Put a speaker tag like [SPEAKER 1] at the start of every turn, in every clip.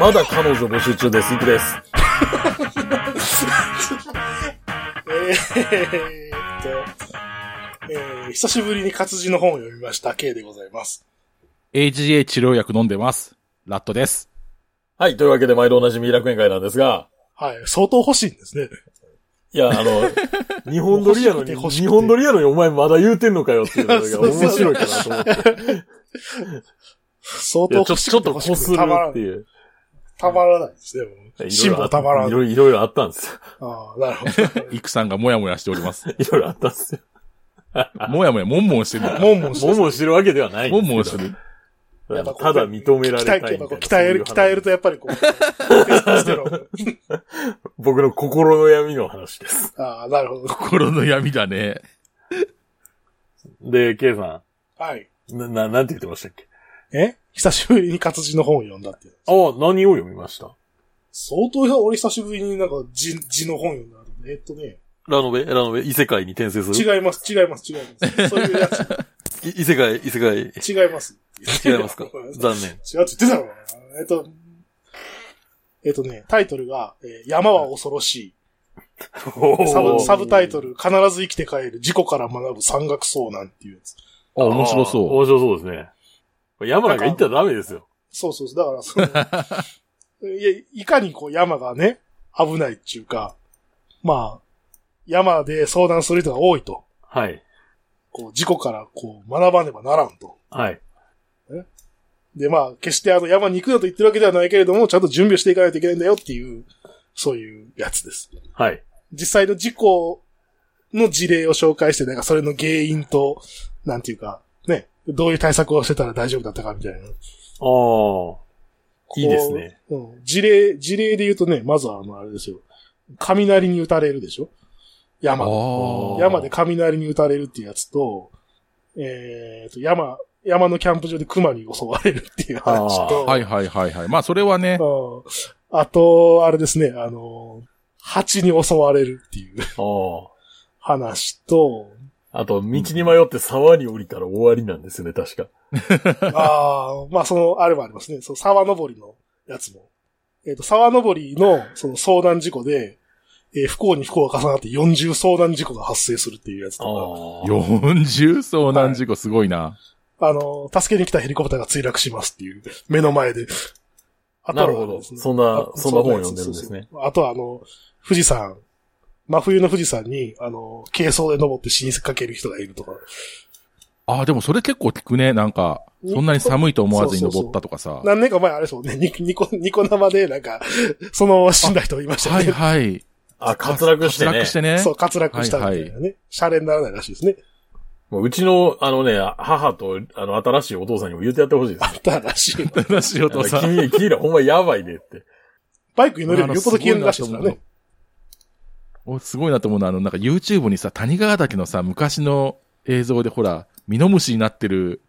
[SPEAKER 1] まだ彼女募集中です。いくです。
[SPEAKER 2] えーっと、えー、久しぶりに活字の本を読みました、K でございます。
[SPEAKER 3] AGA 治療薬飲んでます。ラットです。
[SPEAKER 1] はい。というわけで、毎度おなじみ楽園会なんですが、
[SPEAKER 2] はい、相当欲しいんですね。
[SPEAKER 1] いや、あの、日本撮りやのに、
[SPEAKER 2] 欲しくて欲しくて
[SPEAKER 1] 日本撮りやのにお前まだ言うてんのかよっていうのが
[SPEAKER 2] そうそう
[SPEAKER 1] 面白いかなと思って。
[SPEAKER 2] 相
[SPEAKER 1] い
[SPEAKER 2] 当
[SPEAKER 1] やちょ
[SPEAKER 2] 欲し
[SPEAKER 1] ちょ
[SPEAKER 2] く
[SPEAKER 1] ってと
[SPEAKER 2] 欲しく
[SPEAKER 1] こ
[SPEAKER 2] て
[SPEAKER 1] する
[SPEAKER 2] たまら
[SPEAKER 1] っ
[SPEAKER 2] ん
[SPEAKER 1] て。いう。
[SPEAKER 2] たまらないですね、もう。
[SPEAKER 1] い
[SPEAKER 2] 辛
[SPEAKER 1] ろいろあ
[SPEAKER 2] 抱たまら
[SPEAKER 1] い
[SPEAKER 2] ん。
[SPEAKER 1] ろいろいろいろあったんですよ。
[SPEAKER 2] ああ、なるほ
[SPEAKER 3] イクさんがもやもやしております。
[SPEAKER 1] いろいろあったんですよ。
[SPEAKER 3] もやもや、もんもんしてる
[SPEAKER 2] ど。。もんもんして
[SPEAKER 1] ももしてるわけではない
[SPEAKER 3] も
[SPEAKER 1] で
[SPEAKER 3] ん
[SPEAKER 1] すけど。
[SPEAKER 3] もんしてる。
[SPEAKER 1] ただ認められ
[SPEAKER 2] 鍛
[SPEAKER 1] た
[SPEAKER 2] え
[SPEAKER 1] いみたいな。
[SPEAKER 2] 鍛える、
[SPEAKER 1] そういう話
[SPEAKER 2] 鍛えるとやっぱりこう、 してろ
[SPEAKER 1] 僕の心の闇の話です。
[SPEAKER 2] ああ、なるほど。
[SPEAKER 3] 心の闇だね。
[SPEAKER 1] で、K さ
[SPEAKER 2] はい。
[SPEAKER 1] ん、な、な、なんて言ってましたっけ
[SPEAKER 2] え久しぶりに活字の本を読んだっていう。
[SPEAKER 1] ああ、何を読みました
[SPEAKER 2] 相当、俺久しぶりになんか字、字の本読んだので。えっとね、
[SPEAKER 1] ラノベラノベ異世界に転生する
[SPEAKER 2] 違います、違います、違います。そういうや
[SPEAKER 1] い異世界、異世界、
[SPEAKER 2] つ、違います。
[SPEAKER 1] 違います か
[SPEAKER 2] 違
[SPEAKER 1] 残念。
[SPEAKER 2] うって言ってたのかなえっと、えっとね、タイトルが、えー山は恐ろしい。サブ、サブタイトル、必ず生きて帰る、事故から学ぶ山岳遭難っていうやつ。
[SPEAKER 3] あ、面白
[SPEAKER 1] あー
[SPEAKER 3] そう。
[SPEAKER 1] 面白そうですね。これ山なんか行ったらダメですよ。
[SPEAKER 2] そうそうそう。だからその、いや、いかにこう山がね、危ないっていうか、まあ、山で相談する人が多いと。
[SPEAKER 1] はい。
[SPEAKER 2] こう、事故からこう、学ばねばならんと。
[SPEAKER 1] はい。
[SPEAKER 2] で、まあ、決してあの、山に行くよと言ってるわけではないけれども、ちゃんと準備をしていかないといけないんだよっていう、そういうやつです。
[SPEAKER 1] はい。
[SPEAKER 2] 実際の事故の事例を紹介して、なんかそれの原因と、なんていうか、ね、どういう対策をしてたら大丈夫だったかみたいな。
[SPEAKER 1] ああ。いいですね。
[SPEAKER 2] うん。事例、事例で言うとね、まずはあの、あれですよ。雷に打たれるでしょ山。
[SPEAKER 3] ああ。
[SPEAKER 2] 山で雷に打たれるっていうやつと、えーと、山、山のキャンプ場で熊に襲われるっていう話と、
[SPEAKER 3] はいはいはいはい。まあ、それはね、
[SPEAKER 2] うんあと、あれですね、あの、蜂に襲われるっていう
[SPEAKER 1] ああ。
[SPEAKER 2] 話と、
[SPEAKER 1] あと、道に迷って沢に降りたら終わりなんですよね、確か。
[SPEAKER 2] ああ、まあその、あれもありますね。その沢登りのやつも。えっ、と、沢登りの、その相談事故で、えー不幸に不幸が重なって40相談事故が発生するっていうやつと
[SPEAKER 1] よ
[SPEAKER 3] 40遭難事故すごいな。
[SPEAKER 2] か、あの、助けに来たヘリコプターが墜落しますっていう、目の前で。あ
[SPEAKER 1] なるほど。
[SPEAKER 2] ですね
[SPEAKER 1] そんな、
[SPEAKER 2] あ
[SPEAKER 1] そんな本を読んでるんで
[SPEAKER 2] そう
[SPEAKER 1] す
[SPEAKER 2] そう
[SPEAKER 1] ね。
[SPEAKER 2] そうあとは、あの、富士山、真冬の富士山に、あの、軽装で登って死にかける人がいるとか。
[SPEAKER 3] ああ、でもそれ結構聞くね。なんか、そんなに寒いと思わずに登ったとかさ。
[SPEAKER 2] 何年か前あれそうね、ニコ、ニコニコ生で、なんか、そのまま死んだ人いましたよ
[SPEAKER 3] は
[SPEAKER 2] ね
[SPEAKER 3] い。はい。
[SPEAKER 1] あ、滑落して
[SPEAKER 3] 滑
[SPEAKER 1] ね
[SPEAKER 3] 落し。てね。
[SPEAKER 2] そう、滑落したみたいなね。
[SPEAKER 3] は
[SPEAKER 2] シャレにならないらしいですね。
[SPEAKER 1] もううちの、あのね、母と、あの、新しいお父さんにも言ってやってほしいですね。
[SPEAKER 2] だらしい。
[SPEAKER 3] 話をとさ。
[SPEAKER 1] 君、君らほんまやばいでって。
[SPEAKER 2] バイクに乗れるよりよっぽど消えるらしいですからね。
[SPEAKER 3] おすごいなと思うのは、あの、なんか YouTube にさ、谷川岳のさ、昔の映像でほら、ミノムシになってる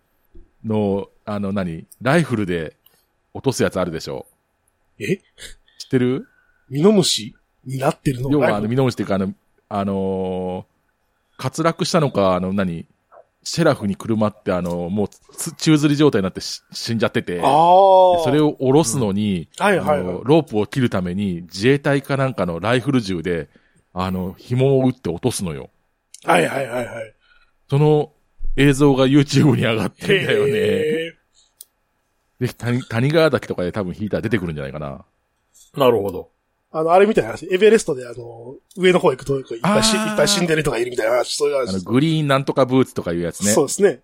[SPEAKER 3] のを、あの何、ライフルで落とすやつあるでしょ
[SPEAKER 2] え
[SPEAKER 3] 知ってる
[SPEAKER 2] ミノムシになってるの
[SPEAKER 3] 要は、
[SPEAKER 2] バ
[SPEAKER 3] あ
[SPEAKER 2] イ
[SPEAKER 3] の、
[SPEAKER 2] ク
[SPEAKER 3] ミノムシっていうか、あの、あのー滑落したのか、あの、何、シェラフにくるまって、あの、もうつ、中吊り状態になってし死んじゃってて、
[SPEAKER 2] ああ。
[SPEAKER 3] それを下ろすのに、
[SPEAKER 2] はいはいは
[SPEAKER 3] あ
[SPEAKER 2] い
[SPEAKER 3] の。ロープを切るために、自衛隊かなんかのライフル銃で、あの、紐を打って落とすのよ。
[SPEAKER 2] はいはいはいはい。
[SPEAKER 3] その映像が YouTube に上がってんだよね。
[SPEAKER 2] へ
[SPEAKER 3] で、谷谷川岳とかで多分ヒーター出てくるんじゃないかな。
[SPEAKER 1] なるほど。
[SPEAKER 2] ー。あの、あれみたいな話。エベレストであの、上の方行くと、いっぱいしい
[SPEAKER 3] あー
[SPEAKER 2] っぱい死んでる人がいるみたいな話。そういう
[SPEAKER 3] あ
[SPEAKER 2] 話
[SPEAKER 3] の、。グリーンなんとかブーツとかいうやつね
[SPEAKER 2] そ。うですね。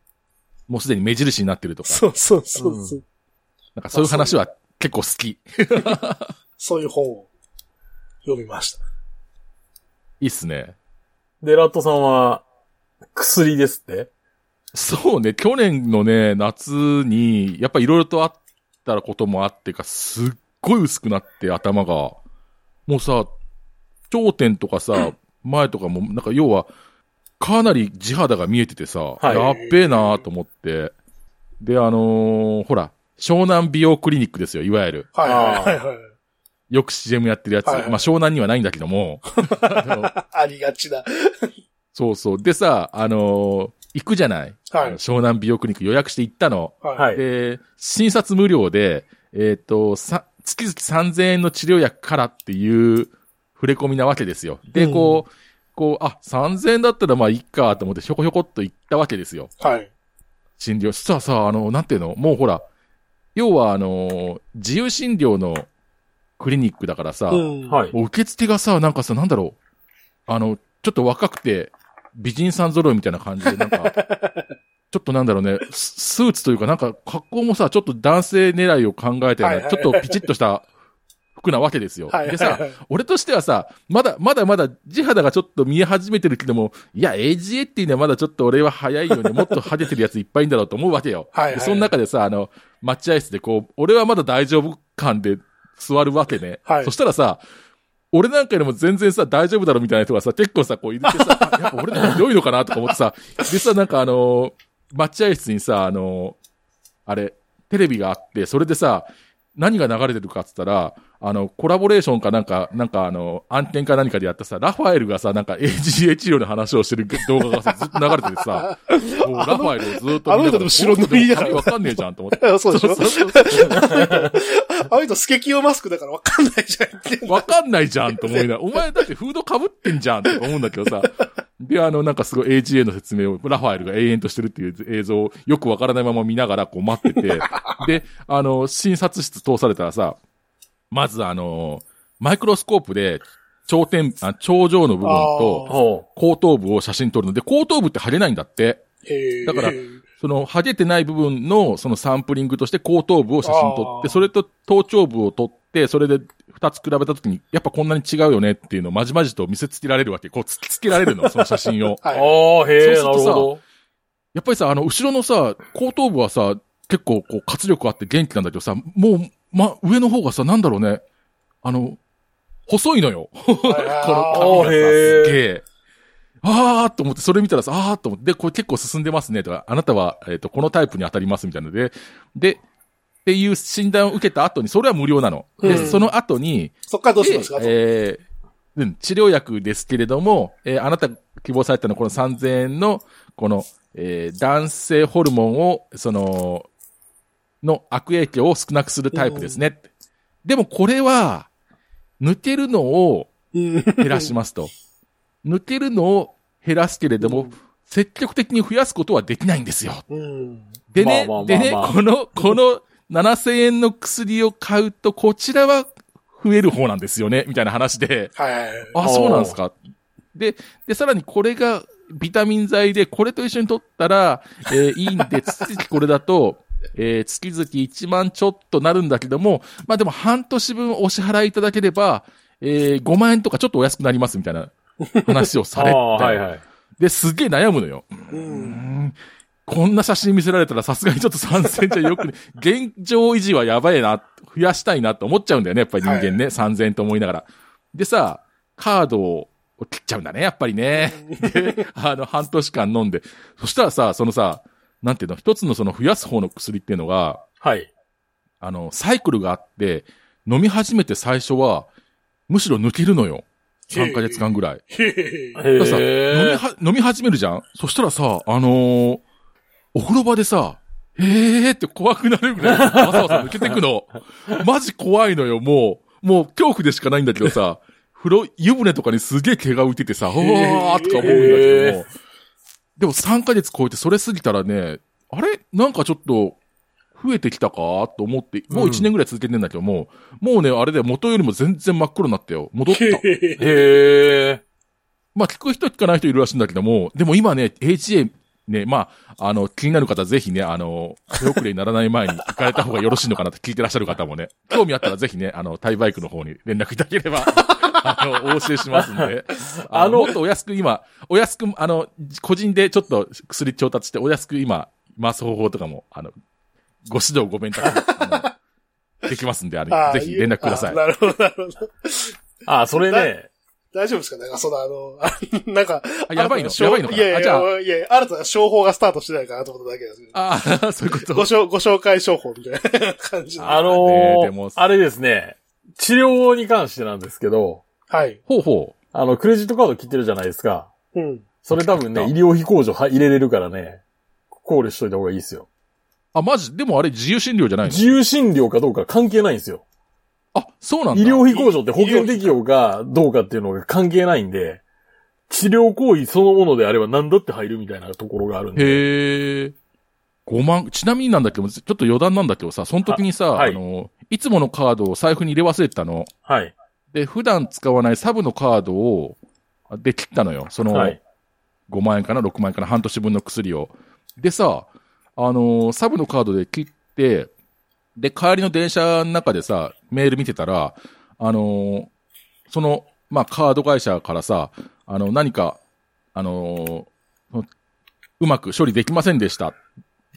[SPEAKER 3] もうすでに目印になってるとか。
[SPEAKER 2] そうそうそうそう。
[SPEAKER 3] なんかそういう話は結構好き。い
[SPEAKER 2] そういう本を読みました。
[SPEAKER 3] いっすね。
[SPEAKER 1] で、ラットさんは、薬ですって
[SPEAKER 3] そうね、去年のね、夏に、やっぱいろいろとあったこともあってか、すっごい薄くなって頭が。もうさ、頂点とかさ、前とかも、なんか要は、かなり地肌が見えててさ、
[SPEAKER 1] い
[SPEAKER 3] やっべえなと思って。で、あのーほら、湘南美容クリニックですよ、いわゆる。
[SPEAKER 2] はいはいはいはい。
[SPEAKER 3] よく CM やってるやつ。
[SPEAKER 2] はいはい
[SPEAKER 3] まあ、湘南にはないんだけども。あの
[SPEAKER 2] ありがちだ。
[SPEAKER 3] そうそう。でさ、あのー行くじゃない、
[SPEAKER 2] はい
[SPEAKER 3] 湘南美容クリニック予約して行ったの。
[SPEAKER 2] はい。
[SPEAKER 1] はい。
[SPEAKER 3] で、診察無料で、えっ、と、さ、月々3000円の治療薬からっていう触れ込みなわけですよ。で、こう、こう、あ、3000円だったらまあいいかと思ってひょこひょこっと行ったわけですよ。
[SPEAKER 2] はい。
[SPEAKER 3] 診療。したらさ、あの、なんていうのもうほら、要はあの、自由診療のクリニックだからさ、
[SPEAKER 2] うん。。
[SPEAKER 1] はいい。
[SPEAKER 3] もう受付がさ、なんかさ、なんだろう。あの、ちょっと若くて、美人さん揃いみたいな感じで、なん か、ちょっとなんだろうね、ススーツというか、なんか格好もさ、ちょっと男性狙いを考えたような、
[SPEAKER 2] はいはいはい
[SPEAKER 3] ちょっとピチッとした服なわけですよ。
[SPEAKER 2] はい。
[SPEAKER 3] でさ、俺としてはさ、まだ、まだまだ地肌がちょっと見え始めてるけども、いや、AGA っていうのはまだちょっと俺は早いよね。もっと派手てるやついっぱいいんだろうと思うわけよ。
[SPEAKER 2] はいはい
[SPEAKER 3] でその中でさ、あの、待合室でこう、俺はまだ大丈夫感で座るわけね。
[SPEAKER 2] はい
[SPEAKER 3] そしたらさ、俺なんかよりも全然さ、大丈夫だろみたいな人がさ、結構さ、こういるって さ、あやっぱ俺の方が良いのかなとか思ってさ、でさ、なんかあのー待合室にさ、あのーあれ、テレビがあって、それでさ、何が流れてるかっつったら、あの、コラボレーションかなんか、なんかあの、案件か何かでやったさ、ラファエルがさ、なんか AGA 治療の話をしてる動画がさ、ずっと流れててさ、もうラファエルをずっと
[SPEAKER 2] あの人でも白塗りだから
[SPEAKER 3] 髪わかんねえじゃんと思って。
[SPEAKER 2] そうでしょ
[SPEAKER 3] そうそうそう
[SPEAKER 2] あの人、スケキヨマスクだからわかんない じゃん言ってんの。
[SPEAKER 3] わかんないじゃんと思いながら、お前だってフード被ってんじゃんとか思うんだけどさ。で、あの、なんかすごい AGA の説明を、ラファエルが永遠としてるっていう映像をよくわからないまま見ながらこう待ってて、で、あの、診察室通されたらさ、まずあの、マイクロスコープで、頂点、あ頂上の部分
[SPEAKER 2] あ
[SPEAKER 3] と、
[SPEAKER 1] ほ
[SPEAKER 3] 後頭部を写真撮るので、後頭部って腫れないんだって。
[SPEAKER 2] へー
[SPEAKER 3] だからその、ハゲてない部分の、そのサンプリングとして後頭部を写真撮って、
[SPEAKER 2] あー。
[SPEAKER 3] それと頭頂部を撮って、それで二つ比べたときに、やっぱこんなに違うよねっていうのをまじまじと見せつけられるわけ。こう、突きつけられるの、その写真を
[SPEAKER 2] は
[SPEAKER 1] う。ああ、
[SPEAKER 2] い。
[SPEAKER 1] へえ、なる
[SPEAKER 3] そうするとさ
[SPEAKER 1] ほ
[SPEAKER 3] やっぱりさ、あの、後ろのさ、後頭部はさ、結構こう、活力あって元気なんだけどさ、もう、ま、上の方がさ、なんだろうね、あの、細いのよ。
[SPEAKER 2] はいはい
[SPEAKER 3] この
[SPEAKER 2] あー
[SPEAKER 3] 髪がさ、
[SPEAKER 1] へー
[SPEAKER 3] すげえ。あーっと思って、それ見たらさ、あーっと思って、で、これ結構進んでますね、とか、あなたは、えっ、と、このタイプに当たります、みたいなので、で、っていう診断を受けた後に、それは無料なの。で、
[SPEAKER 2] うん
[SPEAKER 3] その後に、
[SPEAKER 2] そっからどうしますか
[SPEAKER 3] でえーうん治療薬ですけれども、えーあなた希望されたのはこの3000円の、この、えー男性ホルモンを、その、の悪影響を少なくするタイプですねって。でもこれは、抜けるのを
[SPEAKER 2] うん
[SPEAKER 3] 減らしますと。抜けるのを減らすけれども、積極的に増やすことはできないんですよ。
[SPEAKER 2] うん。
[SPEAKER 3] でね、
[SPEAKER 1] まあまあまあまあ
[SPEAKER 3] でね、この、この7000円の薬を買うと、こちらは増える方なんですよね、みたいな話で、
[SPEAKER 2] はいはいはい。
[SPEAKER 3] あ、そうなんですか。で、で、さらにこれがビタミン剤で、これと一緒に取ったら、えーいいんで、 月々これだと、えー月々1万ちょっとなるんだけども、まあでも半年分お支払いいただければ、えー5万円とかちょっとお安くなりますみたいな話を
[SPEAKER 1] ど。
[SPEAKER 3] さ
[SPEAKER 1] あ
[SPEAKER 3] れて、
[SPEAKER 1] あ、はいはい。
[SPEAKER 3] で、すげえ悩むのよ。
[SPEAKER 2] う。
[SPEAKER 3] うんんこんな写真見せられたらさすがにちょっと参戦じゃよくね、現状維持はやばいな、増やしたいなと思っちゃうんだよね、やっぱり人間ね、3000円と思いながら。でさ、カードを切っちゃうんだね、やっぱりね。で、あの、半年間飲んで。そしたらさ、そのさ、なんていうの、一つのその増やす方の薬っていうのが、
[SPEAKER 1] はい。
[SPEAKER 3] あの、サイクルがあって、飲み始めて最初は、むしろ抜けるのよ。3ヶ月間ぐらい。
[SPEAKER 2] へへへ。
[SPEAKER 1] へ
[SPEAKER 3] だからさ飲み
[SPEAKER 1] え。
[SPEAKER 3] は、飲み始めるじゃんそしたらさ、あのーお風呂場でさ、えーって怖くなるぐらい、わざわざ抜けてくの。マジ怖いのよ、もう。もう恐怖でしかないんだけどさ、風呂、湯船とかにすげえ毛が浮いててさ、おーとか思うんだけども。でも3ヶ月超えてそれ過ぎたらね、あれなんかちょっと、増えてきたかと思って、もう1年ぐらい続けてんだけども、もうね、あれで元よりも全然真っ黒になったよ。戻った
[SPEAKER 2] へ。へへ。
[SPEAKER 1] へえ。
[SPEAKER 3] まあ、聞く人聞かない人いるらしいんだけども、でも今ね、HA、ね、まあ、あの、気になる方、ぜひね、あの、手遅れにならない前に行かれた方がよろしいのかなって聞いてらっしゃる方もね、興味あったらぜひね、あの、タイバイクの方に連絡いただければ、 あの、お教えしますんで、あの、
[SPEAKER 1] あの
[SPEAKER 3] もっとお安く今、お安く、あの、個人でちょっと薬調達して、お安く今、回す方法とかも、あの、ご指導ご弁託、あのできますんで、あ
[SPEAKER 2] あ
[SPEAKER 3] の、
[SPEAKER 2] ー
[SPEAKER 3] ぜひ連絡くださ
[SPEAKER 2] あ
[SPEAKER 3] い
[SPEAKER 2] ー。なるほど、なるほど。
[SPEAKER 1] ああ、それね。
[SPEAKER 2] 大丈夫ですかなんか、その、あの あ、なんか、
[SPEAKER 3] あやばいの
[SPEAKER 2] 新た
[SPEAKER 3] やばいのかな
[SPEAKER 2] や
[SPEAKER 3] い
[SPEAKER 2] いや
[SPEAKER 3] あ
[SPEAKER 2] い
[SPEAKER 3] じゃ
[SPEAKER 2] や、いやいや、新たな商法がスタートしてないかなと思っただけなんですけど。
[SPEAKER 3] ああ、そういうこと。
[SPEAKER 2] ご紹ご紹介商法みたいな感じで。
[SPEAKER 1] あ
[SPEAKER 2] は
[SPEAKER 1] の
[SPEAKER 3] ねでも
[SPEAKER 1] ー、あれですね。治療に関してなんですけど、
[SPEAKER 2] い。
[SPEAKER 3] ほうほう。
[SPEAKER 1] あの、クレジットカード切ってるじゃないですか。
[SPEAKER 2] うん。
[SPEAKER 1] それ多分ね、
[SPEAKER 3] 切
[SPEAKER 1] 医療費控除は入れれるからね、考慮しといた方がいいですよ。
[SPEAKER 3] あ、マジでもあれ自由診療じゃないの
[SPEAKER 1] 自由診療かどうか関係ないんですよ。
[SPEAKER 3] あ、そうなんだ。
[SPEAKER 1] 医療費控除って保険適用がどうかっていうのが関係ないんで、治療行為そのものであれば何だって入るみたいなところがあるんで。
[SPEAKER 3] へえ。5万、ちなみになんだけど、ちょっと余談なんだけどさ、その時にさ、
[SPEAKER 1] ははい
[SPEAKER 3] あの、いつものカードを財布に入れ忘れてたの。
[SPEAKER 1] はい。
[SPEAKER 3] で、普段使わないサブのカードを、あで切ったのよ。その、
[SPEAKER 1] はい。
[SPEAKER 3] 5万円かな、6万円かな、半年分の薬を。でさ、あのーサブのカードで切って、で、帰りの電車の中でさ、メール見てたら、あのーその、まあ、カード会社からさ、あの、何か、あのーうまく処理できませんでした。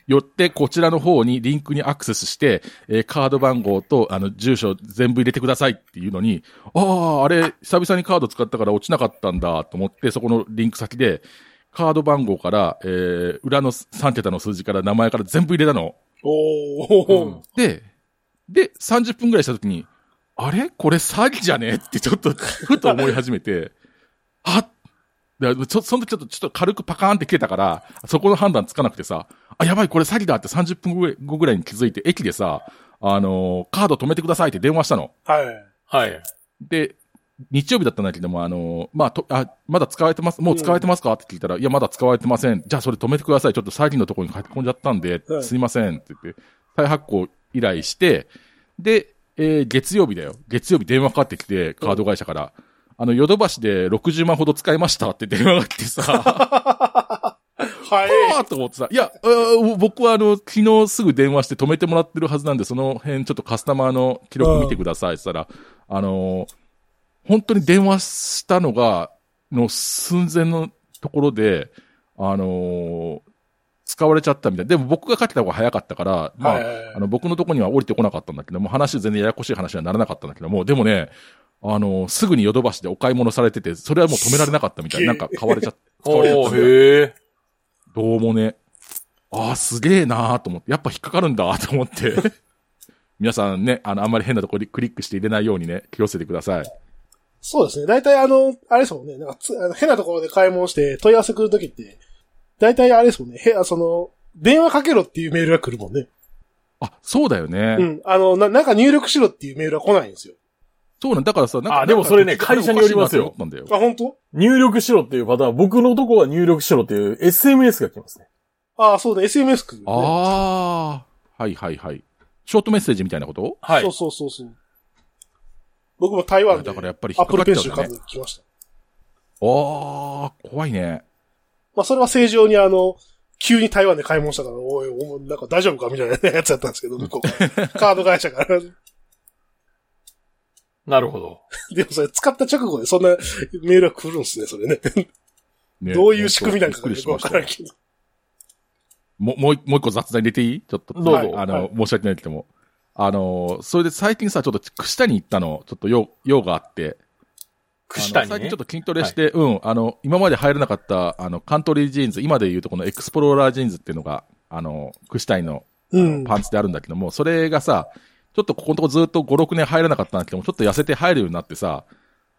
[SPEAKER 3] よって、こちらの方にリンクにアクセスして、えーカード番号と、あの、住所全部入れてくださいっていうのに、ああ、あれ、久々にカード使ったから落ちなかったんだと思って、そこのリンク先で、カード番号から、えー、裏の3桁の数字から名前から全部入れたの。
[SPEAKER 2] おー、
[SPEAKER 1] うん
[SPEAKER 3] で、で、30分ぐらいした時に、あれこれ詐欺じゃねえってちょっと、ふと思い始めて、はっでちょその時ちょっと、ちょっと軽くパカーンって切れたから、そこの判断つかなくてさ、あ、やばい、これ詐欺だって30分後ぐらいに気づいて、駅でさ、あのーカード止めてくださいって電話したの。
[SPEAKER 2] はい。
[SPEAKER 1] はい。
[SPEAKER 3] で、日曜日だったんだけども、あの、まあ、と、あ、まだ使われてます、もう使われてますかって聞いたら、いや、まだ使われてません。じゃあそれ止めてください。ちょっと詐欺のところに書き込んじゃったんで、
[SPEAKER 2] はい
[SPEAKER 3] すいません。って言って、再発行依頼して、で、えー月曜日だよ。月曜日電話かかってきて、カード会社から。あの、ヨドバシで60万ほど使いましたって電話が来てさ、
[SPEAKER 2] はい。
[SPEAKER 3] あーと思ってさ、いや、あー僕はあの、昨日すぐ電話して止めてもらってるはずなんで、その辺ちょっとカスタマーの記録見てくださいって言ったら、あのー本当に電話したのが、の寸前のところで、あのー使われちゃったみたい。でも僕がかけた方が早かったから、まあ、
[SPEAKER 2] はいはいはい
[SPEAKER 3] あの、僕のとこには降りてこなかったんだけども、話全然ややこしい話にはならなかったんだけども、でもね、あのーすぐにヨドバシでお買い物されてて、それはもう止められなかったみたい。なんか買われちゃっ 使われちゃ
[SPEAKER 1] お
[SPEAKER 3] ったみたい。
[SPEAKER 1] ー、へえ。
[SPEAKER 3] どうもね。ああ、すげえなーと思って。やっぱ引っかかるんだーと 思って。皆さんね、あの、あんまり変なとこにクリックして入れないようにね、気をつけてください。
[SPEAKER 2] そうですね。大体あの、あれですもんね。なんかつあの変なところで買い物して問い合わせ来るときって、大体あれですもんね。へ、あその、電話かけろっていうメールが来るもんね。
[SPEAKER 3] あ、そうだよね。
[SPEAKER 2] うん。あの、な、なんか入力しろっていうメールは来ないんですよ。
[SPEAKER 3] そうなんだからさ、なんか
[SPEAKER 1] あでもそれね
[SPEAKER 3] なんか
[SPEAKER 1] 会社によりますよ
[SPEAKER 3] おかしいなと思ったんだ
[SPEAKER 2] あ、本当？
[SPEAKER 1] 入力しろっていうパターン、僕のとこは入力しろっていう SMS が来ますね。
[SPEAKER 2] あ、そうだ、SMS 来る、ね。
[SPEAKER 3] ああ、はいはいはい。ショートメッセージみたいなこと
[SPEAKER 1] は
[SPEAKER 2] そうそうそうそう。僕も台湾で、
[SPEAKER 3] だからやっぱり
[SPEAKER 2] アッ
[SPEAKER 3] 引
[SPEAKER 2] プ
[SPEAKER 3] っか
[SPEAKER 2] ル
[SPEAKER 3] かっ
[SPEAKER 2] ペ
[SPEAKER 3] ち
[SPEAKER 2] ンシル
[SPEAKER 3] ゃう
[SPEAKER 2] 買
[SPEAKER 3] ね
[SPEAKER 2] っ。てきました。
[SPEAKER 3] ああ、怖いね。
[SPEAKER 2] まあ、それは正常にあの、急に台湾で買い物したから、おい、お前なんか大丈夫かみたいなやつやったんですけど、向こ うカード会社から。
[SPEAKER 1] なるほど。
[SPEAKER 2] でもそれ使った直後でそんなメールが来るんですね、それね。
[SPEAKER 3] ね
[SPEAKER 2] どういう仕組みなんかが
[SPEAKER 3] びっく
[SPEAKER 2] よくわ
[SPEAKER 3] りしまし
[SPEAKER 2] か
[SPEAKER 3] た
[SPEAKER 2] らんけど。
[SPEAKER 3] ももう一もう一個雑談入れていいちょっと。
[SPEAKER 1] どうぞ
[SPEAKER 3] はいあの、
[SPEAKER 2] はい
[SPEAKER 3] 申し訳ないけども。あの、それで最近さ、ちょっと串谷行ったの、ちょっと用、用があって。
[SPEAKER 1] 串
[SPEAKER 3] あの
[SPEAKER 1] 谷
[SPEAKER 3] 最近
[SPEAKER 1] ね
[SPEAKER 3] ちょっ。と筋トレして、うん、あの、今まで入らなかった、あの、カントリージーンズ、今で言うとこのエクスプローラージーンズっていうのが、あの、串谷の
[SPEAKER 2] うん。
[SPEAKER 3] パンツであるんだけども、それがさ、ちょっとここのとこずっと5、6年入らなかったんだけども、ちょっと痩せて入るようになってさ、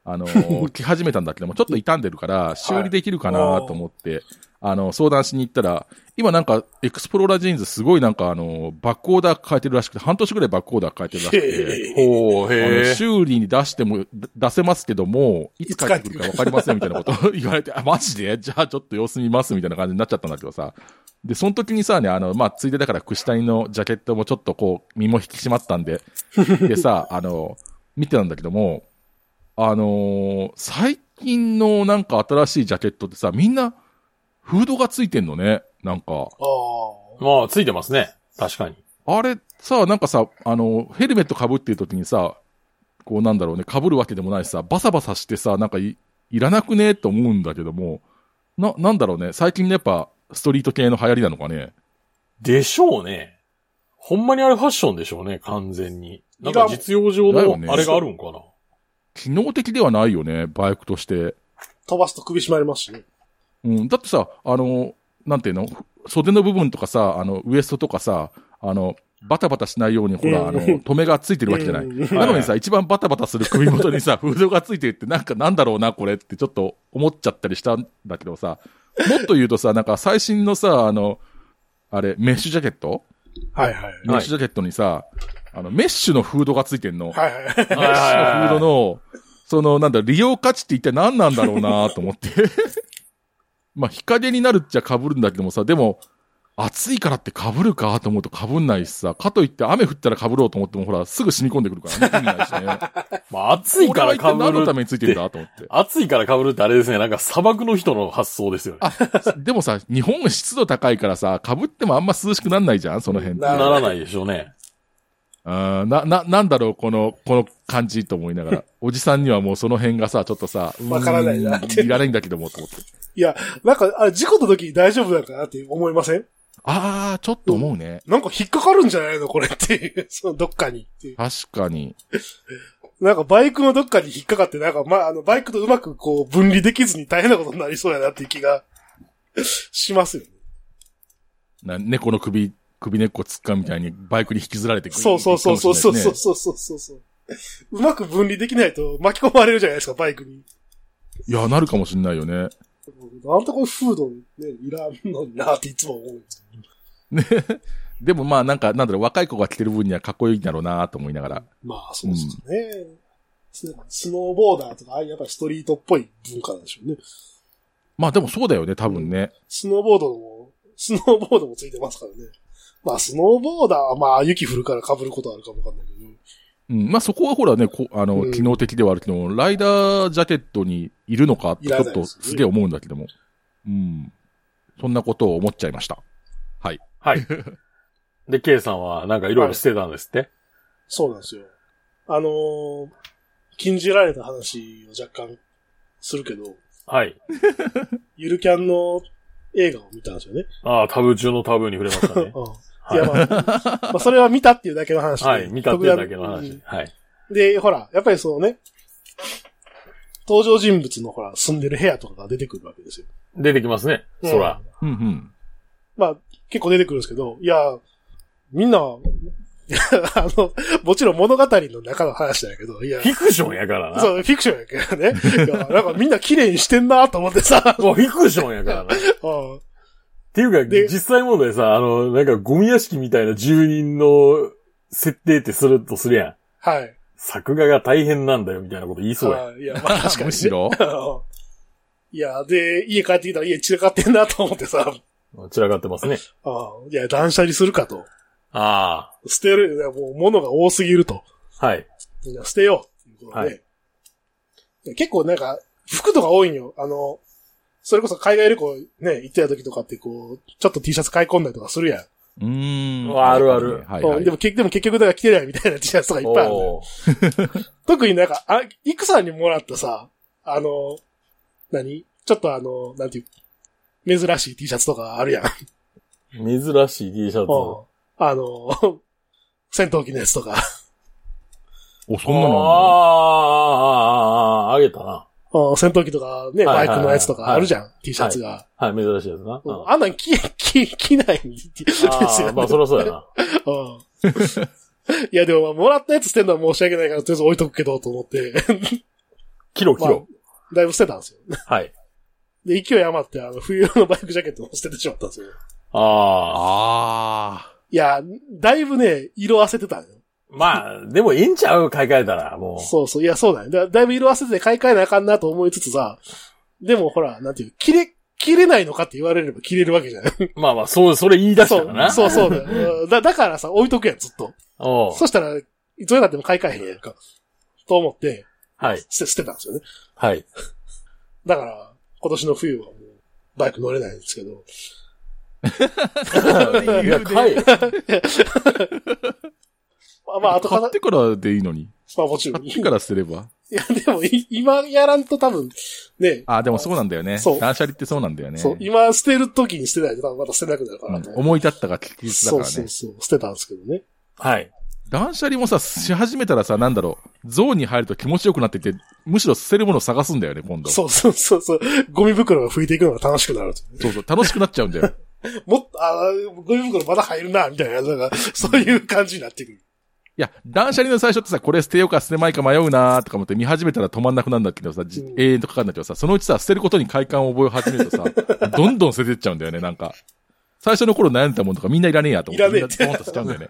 [SPEAKER 3] あの ー、着始めたんだけども、ちょっと傷んでるから、修理できるかなと思って、あの、相談しに行ったら、今なんか、エクスプローラージーンズすごいなんかあの、バックオーダー変えてるらしくて、半年ぐらいバックオーダー変えてるらしくて、
[SPEAKER 2] へへ
[SPEAKER 1] ほう、
[SPEAKER 3] あ
[SPEAKER 1] へ
[SPEAKER 3] の
[SPEAKER 1] え。
[SPEAKER 3] 修理に出しても、だ出せますけども、いつ帰ってくるかわかりませんみたいなことを 言われて、あ、マジでじゃあちょっと様子見ますみたいな感じになっちゃったんだけどさ。で、その時にさ、ね、あの、まあ、ついでだから、串谷のジャケットもちょっとこう、身も引き締まったん で、でさ、あの、見てたんだけども、あのー最近のなんか新しいジャケットってさ、みんな、フードがついてんのね、なんか。
[SPEAKER 2] ああ。
[SPEAKER 1] まあ、ついてますね。確かに。
[SPEAKER 3] あれさ、なんかさ、あの、ヘルメット被ってる時にさ、こうなんだろうね、被るわけでもないしさ、バサバサしてさ、なんかいいらなくねと思うんだけども、な、なんだろうね、最近のやっぱ、ストリート系の流行りなのかね。
[SPEAKER 1] でしょうね。ほんまにあれファッションでしょうね、完全に。なんか実用上
[SPEAKER 3] だよね
[SPEAKER 1] のあれがあるんかな。
[SPEAKER 3] 機能的ではないよね、バイクとして。
[SPEAKER 2] 飛ばすと首絞まれますしね。
[SPEAKER 3] うん、だってさ、あの、なんていうの、袖の部分とかさ、あの、ウエストとかさ、あの、バタバタしないように、ほ
[SPEAKER 2] うん
[SPEAKER 3] ら、あの、止めがついてるわけじゃない。
[SPEAKER 2] うん
[SPEAKER 3] なのにさ、一番バタバタする首元 にさ、フードがついてるって、なんかなんだろうな、これってちょっと思っちゃったりしたんだけどさ、もっと言うとさ、なんか最新のさ、あの、あれ、メッシュジャケット
[SPEAKER 2] はいはい。
[SPEAKER 3] メッシュジャケットにさ、あの、メッシュのフードがついてんの。
[SPEAKER 2] はいはい。
[SPEAKER 3] メッシュのフードの、その、なんだ、利用価値って一体何なんだろうなと思って。 まあ、日陰になるっちゃ被るんだけどもさ、でも、暑いからって被るかと思うと被んないしさ、かといって雨降ったら被ろうと思ってもほら、すぐ染み込んでくるからね。意味ないしね。
[SPEAKER 1] まあ、暑いから被
[SPEAKER 3] これは一体何のた
[SPEAKER 1] る。
[SPEAKER 3] めについてんだと思って。
[SPEAKER 1] 暑いから被るってあれですね。なんか砂漠の人の発想ですよね。
[SPEAKER 3] でもさ、日本湿度高いからさ、被ってもあんま涼しくなんないじゃんその辺って。
[SPEAKER 1] ならないでしょうね。
[SPEAKER 3] うんな、な、なんだろうこの、この感じと思いながら。おじさんにはもうその辺がさ、ちょっとさ、
[SPEAKER 2] わからないなって
[SPEAKER 3] うーんいらないんだけども、と思って。
[SPEAKER 2] いや、なんか、あれ、事故の時に大丈夫なのかなって思いません
[SPEAKER 3] あー、ちょっと思うね。
[SPEAKER 2] なんか引っかかるんじゃないのこれっていう。 そのどっかにっていう。
[SPEAKER 3] 確かに。
[SPEAKER 2] なんかバイクのどっかに引っかかって、なんかまあ、あの、バイクとうまくこう、分離できずに大変なことになりそうやなっていう気が しますよね。
[SPEAKER 3] な猫の首、首根っこ突っかみたいにバイクに引きずられてくる。
[SPEAKER 2] そうそうそうそうそうそう
[SPEAKER 3] ね
[SPEAKER 2] そうそうそうそう。うまく分離できないと巻き込まれるじゃないですか、バイクに。
[SPEAKER 3] いや、なるかもしんないよね。
[SPEAKER 2] なんとこのフードね、いらんのになっていつも思うんですけど。
[SPEAKER 3] でもまあなんか、なんだろう、若い子が着てる分にはかっこいいんだろうなと思いながら。
[SPEAKER 2] まあ、そうですよね。スノーボーダーとか、ああいうやっぱストリートっぽい文化なんでしょうね。
[SPEAKER 3] まあでもそうだよね、多分ね。
[SPEAKER 2] スノーボードも、スノーボードもついてますからね。まあ、スノーボーダーはまあ、雪降るから被ることあるかもわかんないけど。
[SPEAKER 3] うん。まあそこはほらね、こあ
[SPEAKER 2] う
[SPEAKER 3] の、
[SPEAKER 2] ん
[SPEAKER 3] 機能的ではあるけども、ライダージャケットにいるのかって
[SPEAKER 2] い
[SPEAKER 3] ち
[SPEAKER 2] ら
[SPEAKER 3] ょ
[SPEAKER 2] ない
[SPEAKER 3] っ
[SPEAKER 2] です
[SPEAKER 3] とすげえ思うんだけども。うん。そんなことを思っちゃいました。
[SPEAKER 1] はい。で、K さんはなんかいろいろしてたんですって。
[SPEAKER 2] そうなんですよ。あのー禁じられた話を若干するけど、
[SPEAKER 1] はい。
[SPEAKER 2] ゆるキャンの映画を見たんですよね。。
[SPEAKER 1] ああ、タブー中のタブーに触れましたね
[SPEAKER 2] うん。いや、まあ、 まあそれは見たっていうだけの話で。
[SPEAKER 1] はい。見たっていうだけの
[SPEAKER 2] 特
[SPEAKER 1] 話
[SPEAKER 2] 段。
[SPEAKER 1] はい。
[SPEAKER 2] うんで、ほら、やっぱりそのね、登場人物のほら、住んでる部屋とかが出てくるわけですよ。
[SPEAKER 1] 出てきますね。
[SPEAKER 2] うん
[SPEAKER 1] そら。
[SPEAKER 3] うんうん。
[SPEAKER 2] まあ、結構出てくるんですけど、いや、みんな、 いやあの、もちろん物語の中の話だけど、いや
[SPEAKER 1] フ、ィクションやからな。
[SPEAKER 2] そう、フィクションやけどね。いや、なんかみんな綺麗にしてんなと思ってさ、
[SPEAKER 1] もうフィクションやからな。
[SPEAKER 2] うん
[SPEAKER 1] っていうか、
[SPEAKER 2] で
[SPEAKER 1] 実際問題さ、あの、なんかゴミ屋敷みたいな住人の設定ってするとするやん。
[SPEAKER 2] はい。
[SPEAKER 1] 作画が大変なんだよみたいなこと言いそうやん。
[SPEAKER 2] あいや、まあ確かに、
[SPEAKER 3] むしろ。
[SPEAKER 2] うんいや、で、家帰ってきたら家散らかってんなと思ってさ、
[SPEAKER 1] 散らかってますね。
[SPEAKER 2] あいや、断捨離するかと。
[SPEAKER 1] あ
[SPEAKER 2] 捨てる、いやもう物が多すぎると。
[SPEAKER 1] あ。はい。
[SPEAKER 2] いや捨てよう。ということで、
[SPEAKER 1] はい
[SPEAKER 2] いや結構なんか、服とか多いんよ。あの、それこそ海外旅行ね、行ってた時とかってこう、ちょっと T シャツ買い込んだりとかするやん。
[SPEAKER 3] うーん。
[SPEAKER 1] わあるある
[SPEAKER 3] はい、は
[SPEAKER 2] うん
[SPEAKER 3] い。
[SPEAKER 2] でもけでも結局だから着てるやんみたいな T シャツとかいっぱいあるのよ。
[SPEAKER 1] おー
[SPEAKER 2] 特になんか、あ、イクさんにもらったさ、あの、何ちょっとあの、なんていう、珍しい T シャツとか あるやん。うん
[SPEAKER 1] 珍しい T シャツ。
[SPEAKER 2] あの、戦闘機のやつとか。
[SPEAKER 3] お、そんなのあん
[SPEAKER 1] あ
[SPEAKER 3] の
[SPEAKER 1] あ、ああ、ああ、あげたな。
[SPEAKER 2] うん戦闘機とかね、
[SPEAKER 1] は
[SPEAKER 2] バ
[SPEAKER 1] い
[SPEAKER 2] イ
[SPEAKER 1] はいはい
[SPEAKER 2] クのやつとかあるじゃん、T シャツが。
[SPEAKER 1] はい、珍しいやつな。
[SPEAKER 2] う
[SPEAKER 1] うんんあ
[SPEAKER 2] あんなん着、着、着ないんですよ、
[SPEAKER 1] あ、
[SPEAKER 2] ね。
[SPEAKER 1] まあそりゃそうやな。
[SPEAKER 2] うん。いや、でも、まあ、もらったやつ捨てるのは申し訳ないから、とりあえず置いとくけど、と思って、
[SPEAKER 1] キロキロ。
[SPEAKER 2] だいぶ捨てたんですよ。
[SPEAKER 1] はい。
[SPEAKER 2] で、勢い余って、あの、冬のバイクジャケットも捨ててしまったんですよ。
[SPEAKER 1] ああ。
[SPEAKER 3] あ
[SPEAKER 2] いや、だいぶね、色あせてたのよ。
[SPEAKER 1] まあ、でもいいんちゃう買い替えたら、も
[SPEAKER 2] そうそう、いや、そうだね。だだいぶ色あせてて買い替えなあかんなと思いつつさ、でもほら、なんていう、切れ、切れないのかって言われれば切れるわけじゃない。
[SPEAKER 1] う。まあまあ、そう、それ言い出し
[SPEAKER 2] そ
[SPEAKER 1] たから
[SPEAKER 2] う、
[SPEAKER 1] な。
[SPEAKER 2] そうそうだようんだ。だからさ、置いとくやん、ずっと。
[SPEAKER 1] おう
[SPEAKER 2] そしたら、いつまでたっても買い替えへんやんか。と思って、
[SPEAKER 1] はい。
[SPEAKER 2] 捨て捨てたんですよね。
[SPEAKER 1] はい。
[SPEAKER 2] だから、今年の冬はもう、バイク乗れないんですけど。
[SPEAKER 1] いや、買え。
[SPEAKER 2] まあ、まあ、
[SPEAKER 3] あ。
[SPEAKER 2] 後か
[SPEAKER 3] 買
[SPEAKER 2] ら
[SPEAKER 3] っ、てからでいいのに。
[SPEAKER 2] まあもちろん。
[SPEAKER 3] 買っ
[SPEAKER 2] い
[SPEAKER 3] てから捨てれば。
[SPEAKER 2] や、でも、い今やらんと多分、ね、
[SPEAKER 3] あ、でもそうなんだよね。
[SPEAKER 2] そう
[SPEAKER 3] 断捨離ってそうなんだよね。
[SPEAKER 2] そう、今捨てる時に捨てないと多分また捨てなくなるか
[SPEAKER 3] う
[SPEAKER 2] ら
[SPEAKER 3] ん
[SPEAKER 2] と思って
[SPEAKER 3] 思い立ったが確実
[SPEAKER 2] そ
[SPEAKER 3] だか
[SPEAKER 2] う
[SPEAKER 3] ら
[SPEAKER 2] そう
[SPEAKER 3] ね。
[SPEAKER 2] そう、捨てたんですけどね。
[SPEAKER 1] はい。
[SPEAKER 3] 断捨離もさ、し始めたらさ、なんだろう、ゾーンに入ると気持ちよくなってて、むしろ捨てるものを探すんだよね、今度。
[SPEAKER 2] そうそうそうそう、ゴミ袋が拭いていくのが楽しくなるという
[SPEAKER 3] そうそう、楽しくなっちゃうんだよ。
[SPEAKER 2] ね。もっと、あーゴミ袋まだ入るな、みたいな、なんか、そういう感じになってくる。
[SPEAKER 3] いや、断捨離の最初ってさ、これ捨てようか捨てまいか迷うなーとか思って見始めたら止まんなくなるんだけどさ、じ
[SPEAKER 2] うん
[SPEAKER 3] 永遠とかかるんだけどさ、そのうちさ、捨てることに快感を覚え始めるとさ、どんどん捨ててっちゃうんだよね、なんか。最初の頃悩んでたものとかみんないらねえやと思って。
[SPEAKER 2] いらねえって
[SPEAKER 3] みんなドーンとしちゃうんだよね。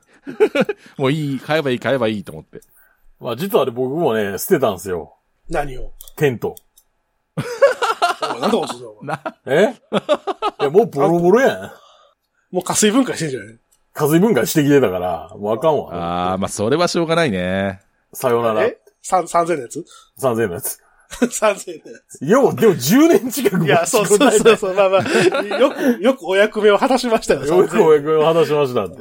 [SPEAKER 3] もういい、買えばいい、買えばいいと思って。
[SPEAKER 1] まあ実はあれ僕もね、捨てたんですよ。
[SPEAKER 2] 何 を。
[SPEAKER 1] テント。
[SPEAKER 2] おいなんだこいつだお前
[SPEAKER 3] な
[SPEAKER 1] え いや、もうボロボロやん。
[SPEAKER 2] もう加水分解してんじゃない
[SPEAKER 1] 火水分解してきてたから、もうあかんわ。
[SPEAKER 3] ああ、まあそれはしょうがないね。
[SPEAKER 1] さよなら。
[SPEAKER 2] え三3000のやつ
[SPEAKER 1] 3000円のやつ。
[SPEAKER 2] ?3000 のや
[SPEAKER 1] よう、でも10年近く
[SPEAKER 2] つ。いや、そうそうそうそう、まあまあ、よく、よくお役目を果たしましたよ、
[SPEAKER 1] よく
[SPEAKER 2] 3000
[SPEAKER 1] お役を果たしましたって。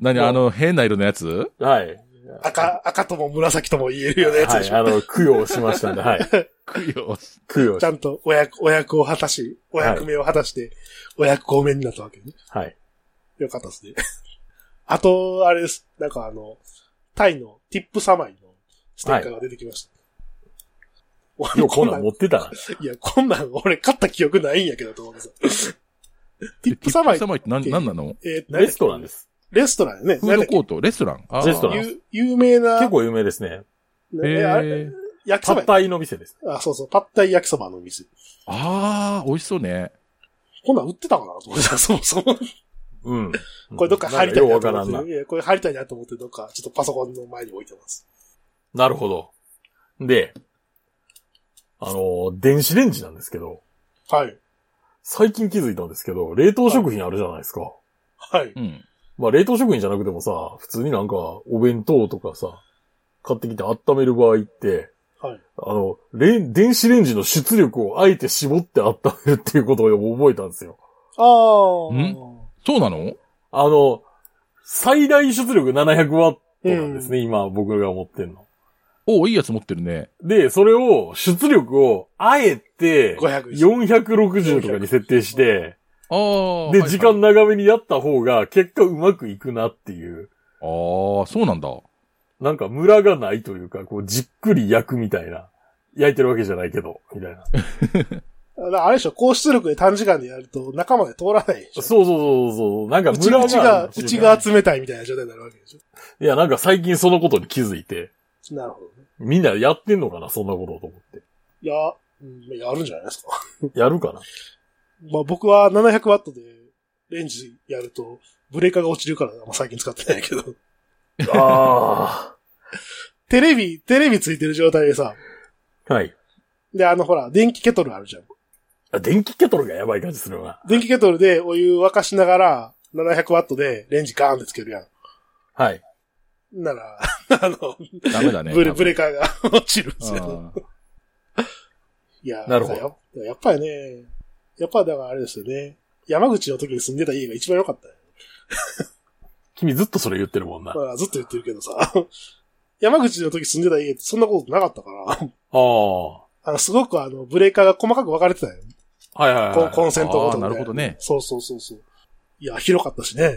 [SPEAKER 3] 何
[SPEAKER 1] うん
[SPEAKER 3] あの、変な色のやつ
[SPEAKER 1] はい。
[SPEAKER 2] 赤、赤とも紫とも言えるようなやつ
[SPEAKER 1] は
[SPEAKER 2] で
[SPEAKER 1] い、
[SPEAKER 2] しょ。
[SPEAKER 1] あの、供養しましたんで、はい。
[SPEAKER 3] 供養し
[SPEAKER 1] 供養
[SPEAKER 2] ち
[SPEAKER 1] し
[SPEAKER 2] ゃんとお役、お役を果たし、お役目を果たして、お役公面になったわけね。
[SPEAKER 1] はい。
[SPEAKER 2] よかったですね。 あと、あれです。なんかあの、タイのティップサマイのステッカーが出てきました。俺
[SPEAKER 1] よ
[SPEAKER 2] も
[SPEAKER 1] う、こ
[SPEAKER 2] こ
[SPEAKER 1] ん
[SPEAKER 2] ん
[SPEAKER 1] な
[SPEAKER 2] なんん、
[SPEAKER 1] 持ってたな。
[SPEAKER 2] いや、こんなん俺買った記憶ないんやけど、と思ってさ。ティップサマイ
[SPEAKER 3] ティップ、って何、何なの
[SPEAKER 2] えー。
[SPEAKER 1] レストランですす。
[SPEAKER 2] レストランね。
[SPEAKER 3] フードコートレストランあー
[SPEAKER 1] レストラン
[SPEAKER 2] 有有名な、
[SPEAKER 1] 結構有名ですね。
[SPEAKER 2] ねあれ
[SPEAKER 3] へー
[SPEAKER 2] 焼き
[SPEAKER 1] パ
[SPEAKER 2] そば
[SPEAKER 1] ッ
[SPEAKER 2] やった
[SPEAKER 1] タイの店です。
[SPEAKER 2] あ、そうそう、パッタイ焼きそばのお店。
[SPEAKER 3] ああ、美味しそうね。
[SPEAKER 2] こんなん売ってたかなと思ってた、そ もそも。
[SPEAKER 1] うん。
[SPEAKER 2] これどっか貼りたい
[SPEAKER 1] な
[SPEAKER 2] なん
[SPEAKER 1] か
[SPEAKER 2] と
[SPEAKER 1] ようわ
[SPEAKER 2] 思
[SPEAKER 1] から
[SPEAKER 2] っ
[SPEAKER 1] ん
[SPEAKER 2] て、
[SPEAKER 1] な。
[SPEAKER 2] いや、これ貼りたいなと思って、どっか、ちょっとパソコンの前に置いてます。
[SPEAKER 1] なるほど。で、あの、電子レンジなんですけど、
[SPEAKER 2] はい。
[SPEAKER 1] 最近気づいたんですけど、冷凍食品あるじゃないですか。
[SPEAKER 2] はい。
[SPEAKER 3] うん。
[SPEAKER 1] まあ、冷凍食品じゃなくてもさ、普通になんか、お弁当とかさ、買ってきて温める場合って、
[SPEAKER 2] はい。
[SPEAKER 1] あの、レン電子レンジの出力をあえて絞って温めるっていうことを覚えたんですよ。
[SPEAKER 2] ああ。
[SPEAKER 3] んそうなの
[SPEAKER 1] あの、最大出力700ワットなんですね、今僕が持ってんの。
[SPEAKER 3] おーいいやつ持ってるね。
[SPEAKER 1] で、それを、出力を、あえて、
[SPEAKER 2] 500
[SPEAKER 1] 460とかに設定して、
[SPEAKER 3] ああ。
[SPEAKER 1] で、
[SPEAKER 3] はい
[SPEAKER 1] 時間長めにやった方が、結果うまくいくなっていう、
[SPEAKER 3] ああ、そうなんだ。
[SPEAKER 1] なんかムラがないというか、こう、じっくり焼くみたいな。焼いてるわけじゃないけど、みたいな。
[SPEAKER 2] だからあれでしょ、高出力で短時間でやると中まで通らないでしょ。
[SPEAKER 1] そうそうそうそう、なんかム
[SPEAKER 2] 内
[SPEAKER 1] ラが
[SPEAKER 2] 内が、
[SPEAKER 1] っていう
[SPEAKER 2] 内
[SPEAKER 1] か
[SPEAKER 2] が冷たいみたいな状態になるわけでし
[SPEAKER 1] いや、なんか最近そのことに気づいて、
[SPEAKER 2] ょ。なるほどね。
[SPEAKER 1] みんなやってんのかな、そんなことと思っ
[SPEAKER 2] いや、うんやるんじゃないですか。
[SPEAKER 1] て。やるかな。
[SPEAKER 2] まあ僕は700ワットでレンジやると、ブレーカーが落ちるから、まあ、最近使ってないけど。
[SPEAKER 1] あ
[SPEAKER 2] テレビ、テレビついてる状態でさ、
[SPEAKER 1] あ。はい。
[SPEAKER 2] で、あのほら、電気ケトルあるじゃん。
[SPEAKER 1] あ電気ケトルがやばい感じするな。
[SPEAKER 2] 電気ケトルでお湯沸かしながら、700ワットでレンジガーンってつけるやん。
[SPEAKER 1] はい。
[SPEAKER 2] な ら、あの、
[SPEAKER 3] ダメだ ね。
[SPEAKER 2] ブレ、
[SPEAKER 3] 多分
[SPEAKER 2] ブレーカーが 落ちるんですよ。
[SPEAKER 3] あ
[SPEAKER 2] いや、
[SPEAKER 1] なるほど
[SPEAKER 2] だからやっぱりね、やっぱだからあれですよね。山口の時に住んでた家が一番良かったよ。
[SPEAKER 1] 君ずっとそれ言ってるもんな。あ
[SPEAKER 2] まあ、ずっと言ってるけどさ、 山口の時住んでた家ってそんなことなかったから、
[SPEAKER 1] あ。は
[SPEAKER 2] あの、すごくあの、ブレーカーが細かく分かれてたよ。
[SPEAKER 1] いはい、はい。
[SPEAKER 2] コンコンセントごと
[SPEAKER 3] あ
[SPEAKER 2] に
[SPEAKER 3] ーなるほどね
[SPEAKER 2] そうそうそうそう。いや、広かったしね。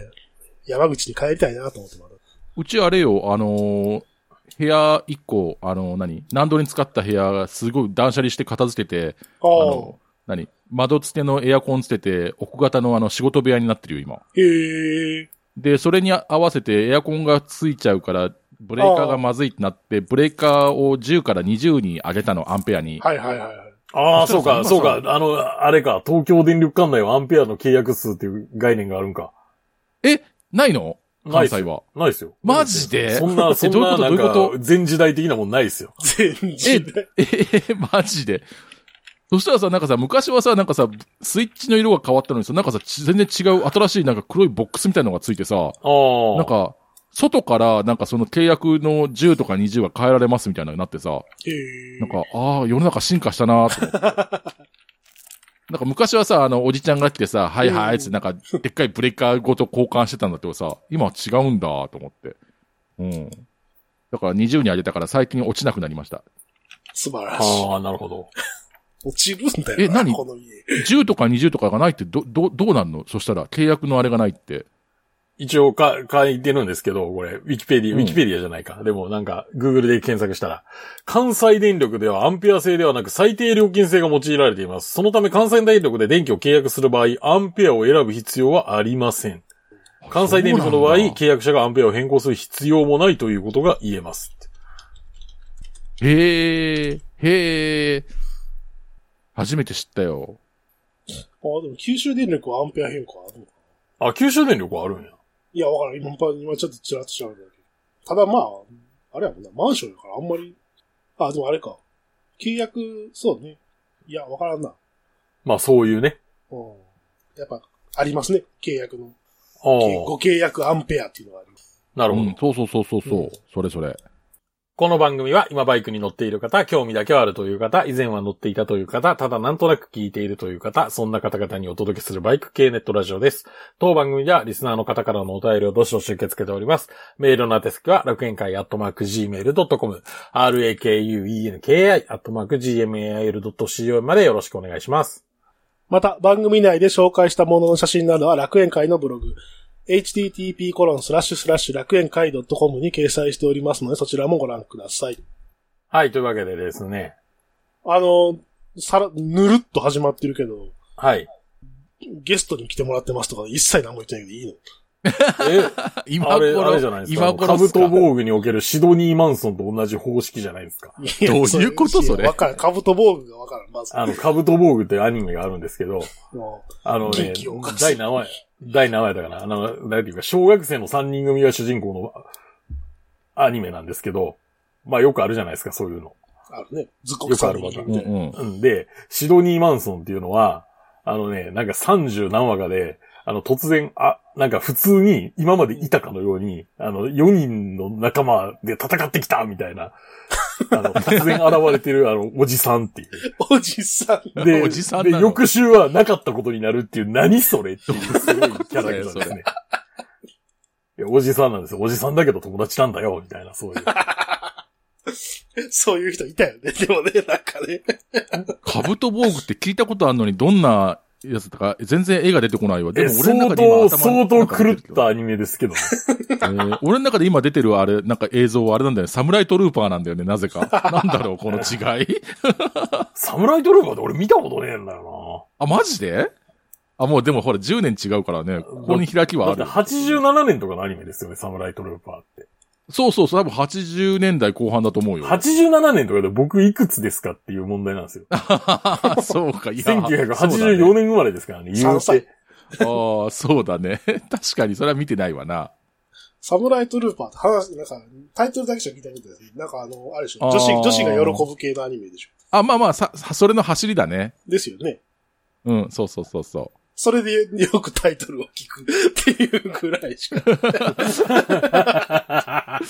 [SPEAKER 2] 山口に帰りたいなと思ってまだ。
[SPEAKER 3] ーうちあれよ、あのー部屋一個、あのー何何度に使った部屋がすごい断捨離して片付けて、
[SPEAKER 2] あ
[SPEAKER 3] あ
[SPEAKER 2] あ、
[SPEAKER 3] の、何窓付けのエアコンつけて、奥型のあの仕事部屋になってるよ、今。
[SPEAKER 2] へえ。
[SPEAKER 3] で、それに合わせてエアコンがついちゃうから、ブレーカーがまずいってなって、ブレーカーを10から20に上げたの、アンペアに。
[SPEAKER 2] はいはいはいはい。
[SPEAKER 1] ああ、そ
[SPEAKER 3] そうう
[SPEAKER 1] か、
[SPEAKER 3] か
[SPEAKER 1] そう
[SPEAKER 3] 今
[SPEAKER 1] か。あの、あれか、東京電力管内はアンペアの契約数っていう概念があるんか。
[SPEAKER 3] えないの
[SPEAKER 1] ないっ
[SPEAKER 3] 関
[SPEAKER 1] す
[SPEAKER 3] 西
[SPEAKER 1] よ。
[SPEAKER 3] は。
[SPEAKER 1] ないですよ。
[SPEAKER 3] マジで
[SPEAKER 1] そんな、そんな、
[SPEAKER 3] ど
[SPEAKER 1] な
[SPEAKER 3] うい
[SPEAKER 1] ん
[SPEAKER 3] うことどういうこ
[SPEAKER 1] か、全時代的なもんないですよ。
[SPEAKER 2] 全然。
[SPEAKER 3] ええマジで。そしたらさ、なんかさ、昔はさ、なんかさ、スイッチの色が変わったのにさ、なんかさ、ち全然違う新しいなんか黒いボックスみたいなのがついてさ、
[SPEAKER 1] ああ。
[SPEAKER 3] なん、か、外からなんかその契約の10とか20は変えられますみたいなのになってさ、
[SPEAKER 2] へえ。
[SPEAKER 3] なんか、ああ、世の中進化したなーと思って。 なんか昔はさ、あの、おじちゃんが来てさ、はいはい、つってなんか、でっかいブレーカーごと交換してたんだけどさ、今は違うんだと思って。うん。だから20に上げたから最近落ちなくなりました。
[SPEAKER 2] 素晴らしい。
[SPEAKER 1] ああ、なるほど。
[SPEAKER 2] 落ちるんだよな。
[SPEAKER 3] え何
[SPEAKER 2] この家。
[SPEAKER 3] 10とか20とかがないってど、ど、どうなんのそしたら契約のあれがないって。
[SPEAKER 1] 一応か、書いてるんですけど、これ、ウィキペディ
[SPEAKER 3] う
[SPEAKER 1] ア、
[SPEAKER 3] ん
[SPEAKER 1] ウィキペディアじゃないか。でもなんか、Google で検索したら、関西電力ではアンペア制ではなく最低料金制が用いられています。そのため関西電力で電気を契約する場合、アンペアを選ぶ必要はありません。関西電力の場合、
[SPEAKER 3] そうなんだ
[SPEAKER 1] 契約者がアンペアを変更する必要もないということが言えます。
[SPEAKER 3] へえ、へえ。初めて知ったよ。
[SPEAKER 2] ああ、でも九州電力はアンペア変化あるのか
[SPEAKER 1] あ、吸収電力はあるんや。
[SPEAKER 2] いや、わからん。今、今ちょっとちらっと調べただけ。ただまあ、あれやもんな、マンションやからあんまり、あ、でもあれか。契約、そうね。いや、わからんな。
[SPEAKER 1] まあそういうね。
[SPEAKER 2] うん。やっぱ、ありますね。契約の。
[SPEAKER 1] ああ、
[SPEAKER 2] ご契約アンペアっていうのがあります。
[SPEAKER 1] なるほど。
[SPEAKER 3] うん、そうそうそうそうそう、
[SPEAKER 2] うん
[SPEAKER 3] それそれ。
[SPEAKER 1] この番組は今バイクに乗っている方、興味だけはあるという方、以前は乗っていたという方、ただなんとなく聞いているという方、そんな方々にお届けするバイク系ネットラジオです。当番組ではリスナーの方からのお便りをどしどし受け付けております。メールの宛先は楽園会アットマーク Gmail.com、rakuenki アットマーク Gmail.co までよろしくお願いします。
[SPEAKER 2] また、番組内で紹介したものの写真などは楽園会のブログ、http コロンスラッシュスラッシュ楽園会 .com に掲載しておりますので、そちらもご覧ください。
[SPEAKER 1] はい、というわけでですね。
[SPEAKER 2] あの、さら、ぬるっと始まってるけど、
[SPEAKER 1] はい。
[SPEAKER 2] ゲストに来てもらってますとか一切何も言ってないけどいいの
[SPEAKER 1] え、
[SPEAKER 3] 今
[SPEAKER 1] あれ、
[SPEAKER 3] 頃、
[SPEAKER 1] あれじゃないですか。
[SPEAKER 3] 今頃
[SPEAKER 1] カ
[SPEAKER 3] っす
[SPEAKER 1] ブ
[SPEAKER 3] か
[SPEAKER 1] ト防具におけるシドニー・マンソンと同じ方式じゃないですか。
[SPEAKER 2] や
[SPEAKER 3] どういうことそれ
[SPEAKER 2] わからん。カブト防具がわからん。まず。
[SPEAKER 1] あの、カブト防具ってアニメがあるんですけど、
[SPEAKER 2] もう
[SPEAKER 1] あのね
[SPEAKER 2] 元気をおか、しい
[SPEAKER 1] 第何話、第何話やったかなあの、なんていうか、小学生の3人組が主人公のあアニメなんですけど、まあよくあるじゃないですか、そういうの。
[SPEAKER 2] あるね。ずっこくさんに
[SPEAKER 1] よくあるパターン
[SPEAKER 3] うんうん。
[SPEAKER 1] うんで、シドニー・マンソンっていうのは、あのね、なんか30何話かで、あの、突然、あ、なんか普通に今までいたかのように、あの、4人の仲間で戦ってきたみたいな、あの、突然現れてる、あの、おじさんっていう。
[SPEAKER 2] おじさん。
[SPEAKER 1] で、
[SPEAKER 3] おじさん
[SPEAKER 1] で、
[SPEAKER 3] なの
[SPEAKER 1] 翌週はなかったことになるっていう、何それっていうすごいキャラクターですね。いや、おじさんなんですよ。おじさんだけど友達なんだよ、みたいな、そういう。
[SPEAKER 2] そういう人いたよね。でもね、なんかね。
[SPEAKER 3] カブト防具って聞いたことあるのに、どんなやつとか、全然絵が出てこないわ。で
[SPEAKER 1] え、
[SPEAKER 3] も俺
[SPEAKER 1] 相
[SPEAKER 3] の中で今
[SPEAKER 1] 当、
[SPEAKER 3] 頭
[SPEAKER 1] 相
[SPEAKER 3] の中
[SPEAKER 1] 当
[SPEAKER 3] に
[SPEAKER 1] 狂っ
[SPEAKER 3] 出
[SPEAKER 1] て
[SPEAKER 3] るけど
[SPEAKER 1] たアニメですけどね。
[SPEAKER 3] えー俺の中で今出てるあれ、なんか映像はあれなんだよね。サムライトルーパーなんだよね、なぜか。なんだろう、この違い。
[SPEAKER 1] サムライドルーパーって俺見たことねえんだよ
[SPEAKER 3] あ、マジであ、もうでもほら、10年違うからね、ここに開き
[SPEAKER 1] な。
[SPEAKER 3] は
[SPEAKER 1] だ
[SPEAKER 3] あ
[SPEAKER 1] って
[SPEAKER 3] る。
[SPEAKER 1] 87年とかのアニメですよね、サムライトルーパーって。
[SPEAKER 3] そうそうそう、多分80年代後半だと思うよ。
[SPEAKER 1] 87年とかで僕いくつですかっていう問題なん ですよ。
[SPEAKER 3] そうか、いや。
[SPEAKER 1] 1984年生まれですからね、言
[SPEAKER 2] 3
[SPEAKER 1] うて
[SPEAKER 2] 歳。。
[SPEAKER 3] そうだねああ、そうだね。 確かに、それは見てないわな。
[SPEAKER 2] サムライトルーパーって話、なんか、タイトルだけじゃ聞いたことないです。なんかあの、あれでしょ。
[SPEAKER 3] あー
[SPEAKER 2] 女子、女子が喜ぶ系のアニメでしょ。
[SPEAKER 3] あ、まあまあ、さ、それの走りだね。
[SPEAKER 2] ですよね。
[SPEAKER 3] うん、そうそうそうそう。
[SPEAKER 2] それでよくタイトルを聞くっていうぐらいしか。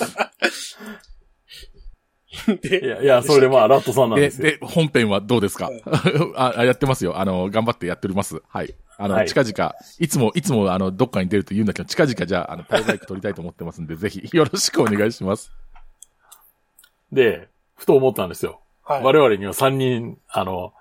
[SPEAKER 1] い
[SPEAKER 2] で、
[SPEAKER 1] や、いや、それでまあ、ラットさんなん
[SPEAKER 3] で、
[SPEAKER 1] ですよ。
[SPEAKER 3] で、本編はどうですか ああやってますよ。あの、頑張ってやっております。はい。あの、
[SPEAKER 1] はい
[SPEAKER 3] 近々、いつも、いつも、あの、どっかに出ると言うんだけど、近々じゃあ、あの、パラバイク撮りたいと思ってますんで、ぜひ、よろしくお願いします。
[SPEAKER 1] で、ふと思ったんですよ。
[SPEAKER 2] はい
[SPEAKER 1] 我々には3人、あの、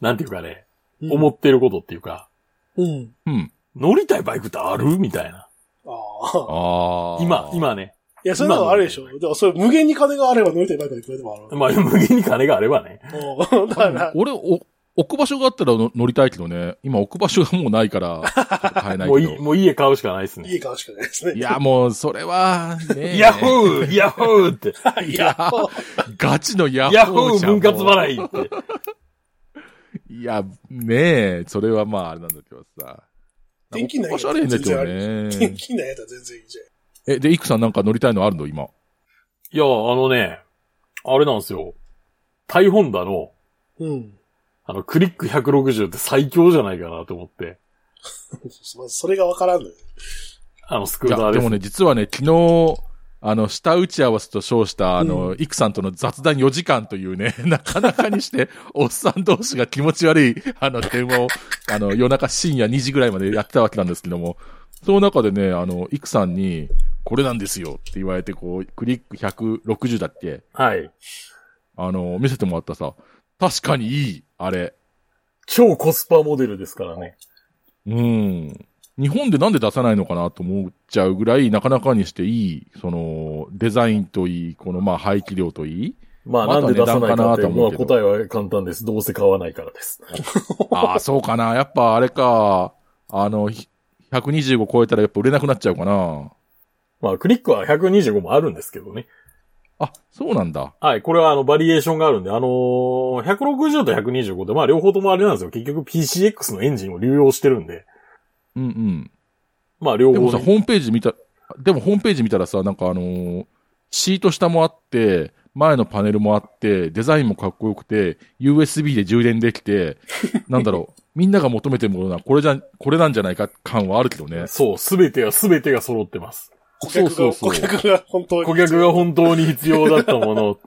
[SPEAKER 1] なんていうかね、
[SPEAKER 2] うん
[SPEAKER 1] 思ってることっていうか、
[SPEAKER 2] うん。
[SPEAKER 3] うん。
[SPEAKER 1] 乗りたいバイクってあるみたいな。
[SPEAKER 2] ああ。
[SPEAKER 3] ああ。
[SPEAKER 1] 今、。今ね。
[SPEAKER 2] いや、それはあれでしょ。でも、それ無限に金があれば乗りたいバイクがいくらでもある。
[SPEAKER 1] まあ、無限に金があればね。
[SPEAKER 2] うんだから、
[SPEAKER 3] 俺、お、置く場所があったらの乗りたいけどね、今置く場所がもうないから、ちょっと買えない
[SPEAKER 1] もう
[SPEAKER 3] け
[SPEAKER 1] い
[SPEAKER 3] ど。
[SPEAKER 1] い、もう家買うしかないですね。
[SPEAKER 2] いい顔しかないですね。
[SPEAKER 3] いや、もう、それは、ね。
[SPEAKER 1] ヤッホーヤッホーって。
[SPEAKER 2] い や、
[SPEAKER 3] ガチのヤ
[SPEAKER 1] ヤ
[SPEAKER 3] ッ
[SPEAKER 1] ッ
[SPEAKER 3] ホ
[SPEAKER 1] ホ
[SPEAKER 3] ー
[SPEAKER 1] ー
[SPEAKER 3] じゃん
[SPEAKER 1] 分割
[SPEAKER 3] も
[SPEAKER 1] 払いって。
[SPEAKER 3] ういや、ねえ、それはまあ、あれなんだけどさ。
[SPEAKER 2] 電気ない
[SPEAKER 3] おしゃれんだけど
[SPEAKER 2] 天
[SPEAKER 3] ね。
[SPEAKER 2] 気ないやつは全然いいじ
[SPEAKER 3] え、で、イクさんなんか乗りたいのあるの今。
[SPEAKER 1] いや、あのね、あれなんですよ。タイホンダの、
[SPEAKER 2] ゃん。うん。
[SPEAKER 1] あの、クリック160って最強じゃないかなと思って。
[SPEAKER 2] ま ずそれがわからんのよ。
[SPEAKER 1] あの、スク
[SPEAKER 3] い
[SPEAKER 1] ータ
[SPEAKER 3] や、
[SPEAKER 1] ー
[SPEAKER 3] で
[SPEAKER 1] で
[SPEAKER 3] も
[SPEAKER 1] す。
[SPEAKER 3] ね、実はね、昨日、あの、下打ち合わせと称した、あの、イクさんとの雑談4時間というね、 なかなかにして、おっさん同士が気持ち悪い、あの、電話を、あの、夜中深夜2時ぐらいまでやってたわけなんですけども、その中でね、あの、イクさんに、これなんですよって言われて、こう、クリック160だっけ
[SPEAKER 1] はい。
[SPEAKER 3] あの、見せてもらったさ、確かにいい、あれ。
[SPEAKER 1] 超コスパモデルですからね。
[SPEAKER 3] うん。日本でなんで出さないのかなと思っちゃうぐらい、なかなかにしていい、その、デザインといい、この、まあ、排気量といい。
[SPEAKER 1] まあ、
[SPEAKER 3] ま
[SPEAKER 1] な
[SPEAKER 3] だ
[SPEAKER 1] んで出さないかっていうのは
[SPEAKER 3] 値段かなと思うけど
[SPEAKER 1] 答えは簡単です。どうせ買わないからです。
[SPEAKER 3] ああ、そうかな。やっぱあれか。あの、ひ125超えたらやっぱ売れなくなっちゃうかな。
[SPEAKER 1] まあ、クリックは125もあるんですけどね。
[SPEAKER 3] あ、そうなんだ。
[SPEAKER 1] はい、これはあの、バリエーションがあるんで、あのー160と125で、まあ、両方ともあれなんですよ。結局 PCX のエンジンを流用してるんで。
[SPEAKER 3] うんうん。
[SPEAKER 1] まあ、両
[SPEAKER 3] でも
[SPEAKER 1] 方
[SPEAKER 3] さ、
[SPEAKER 1] ね。
[SPEAKER 3] ホームページ見た、でもホームページ見たらさ、なんかあのーシート下もあって、前のパネルもあって、デザインもかっこよくて、USB で充電できて、 なんだろう、みんなが求めてるものはこれじゃ、これなんじゃないか感はあるけどね。
[SPEAKER 1] そう、すべてが、すべてが揃ってます。
[SPEAKER 2] 顧客が、
[SPEAKER 3] そうそうそう
[SPEAKER 2] 顧客が本当に。
[SPEAKER 1] 顧客が本当に必要だったもの。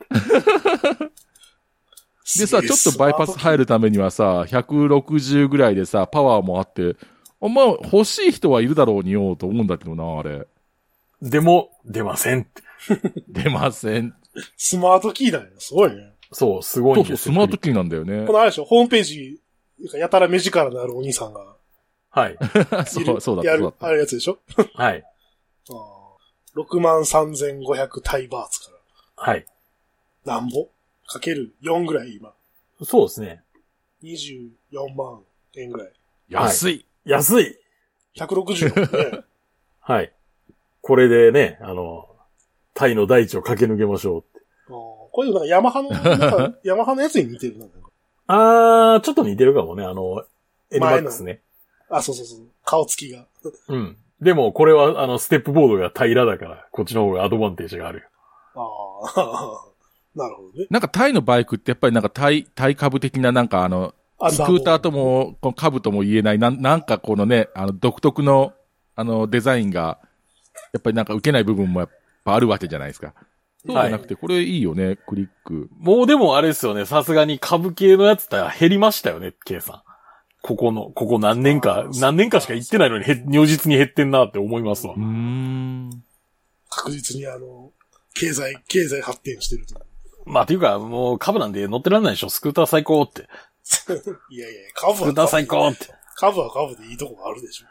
[SPEAKER 3] でさ、ちょっとバイパス入るためにはさ、160ぐらいでさ、パワーもあって、あまあ、欲しい人はいるだろうにようと思うんだけどな、あれ。
[SPEAKER 1] でも、出ません。
[SPEAKER 3] 出ません。
[SPEAKER 2] スマートキーだよ。すごいね。
[SPEAKER 1] そう、すごい
[SPEAKER 3] そ
[SPEAKER 1] ん
[SPEAKER 3] う
[SPEAKER 1] です
[SPEAKER 3] そ
[SPEAKER 1] よ
[SPEAKER 3] う、スマートキーなんだよね
[SPEAKER 2] こ。のあれでしょ、ホームページ、やたら目力のあるお兄さんが
[SPEAKER 1] はい。
[SPEAKER 2] いる、
[SPEAKER 3] そう、そうだった、
[SPEAKER 2] や
[SPEAKER 3] そうだ
[SPEAKER 2] る、
[SPEAKER 3] った。
[SPEAKER 2] あるやつでしょ
[SPEAKER 1] はい。
[SPEAKER 2] あー ?63,500 タイバーツか
[SPEAKER 1] はい。
[SPEAKER 2] ら。なんぼかける4ぐらい今。
[SPEAKER 1] そうですね。
[SPEAKER 2] 24万円ぐらい。
[SPEAKER 3] 安い。
[SPEAKER 1] 安い。
[SPEAKER 2] 160円 ね。
[SPEAKER 1] はい。これでね、あの、タイの大地を駆け抜けましょう。
[SPEAKER 2] あーこれでもなんかヤマハの、なんかヤマハのやつに似てるな。なんか
[SPEAKER 1] あー、ちょっと似てるかもね、あの、エリマックスね。
[SPEAKER 2] あ、そうそうそう。顔つきが。
[SPEAKER 1] うん。でも、これは、あの、ステップボードが平らだから、こっちの方がアドバンテージがあるよ。
[SPEAKER 2] ああ、 なるほどね。
[SPEAKER 3] なんかタイのバイクってやっぱりなんかタイ、タイ株的ななんかあの、
[SPEAKER 2] あ
[SPEAKER 3] スクーターと。も、この株とも言えない、なんなんかこのね、あの、独特の、あの、デザインが、やっぱりなんか受けない部分もやっぱあるわけじゃないですか。そうじゃなくて、これいいよね、クリック。
[SPEAKER 1] もうでもあれですよね、さすがに株系のやつって減りましたよね、計算。ここの、ここ何年
[SPEAKER 2] あ
[SPEAKER 1] か、
[SPEAKER 2] ー
[SPEAKER 1] 何年かしか行ってないのに、へ如実に減ってんなって思いますわ
[SPEAKER 3] うー。ん。
[SPEAKER 2] 確実にあの、経済、経済発展してると。
[SPEAKER 1] まあ、っていうか、もう株なんで乗ってらんないでしょ、スクーター最高って。
[SPEAKER 2] いやいや、株は
[SPEAKER 1] スクーター最高って。
[SPEAKER 2] 株は株でいいとこがあるでしょ。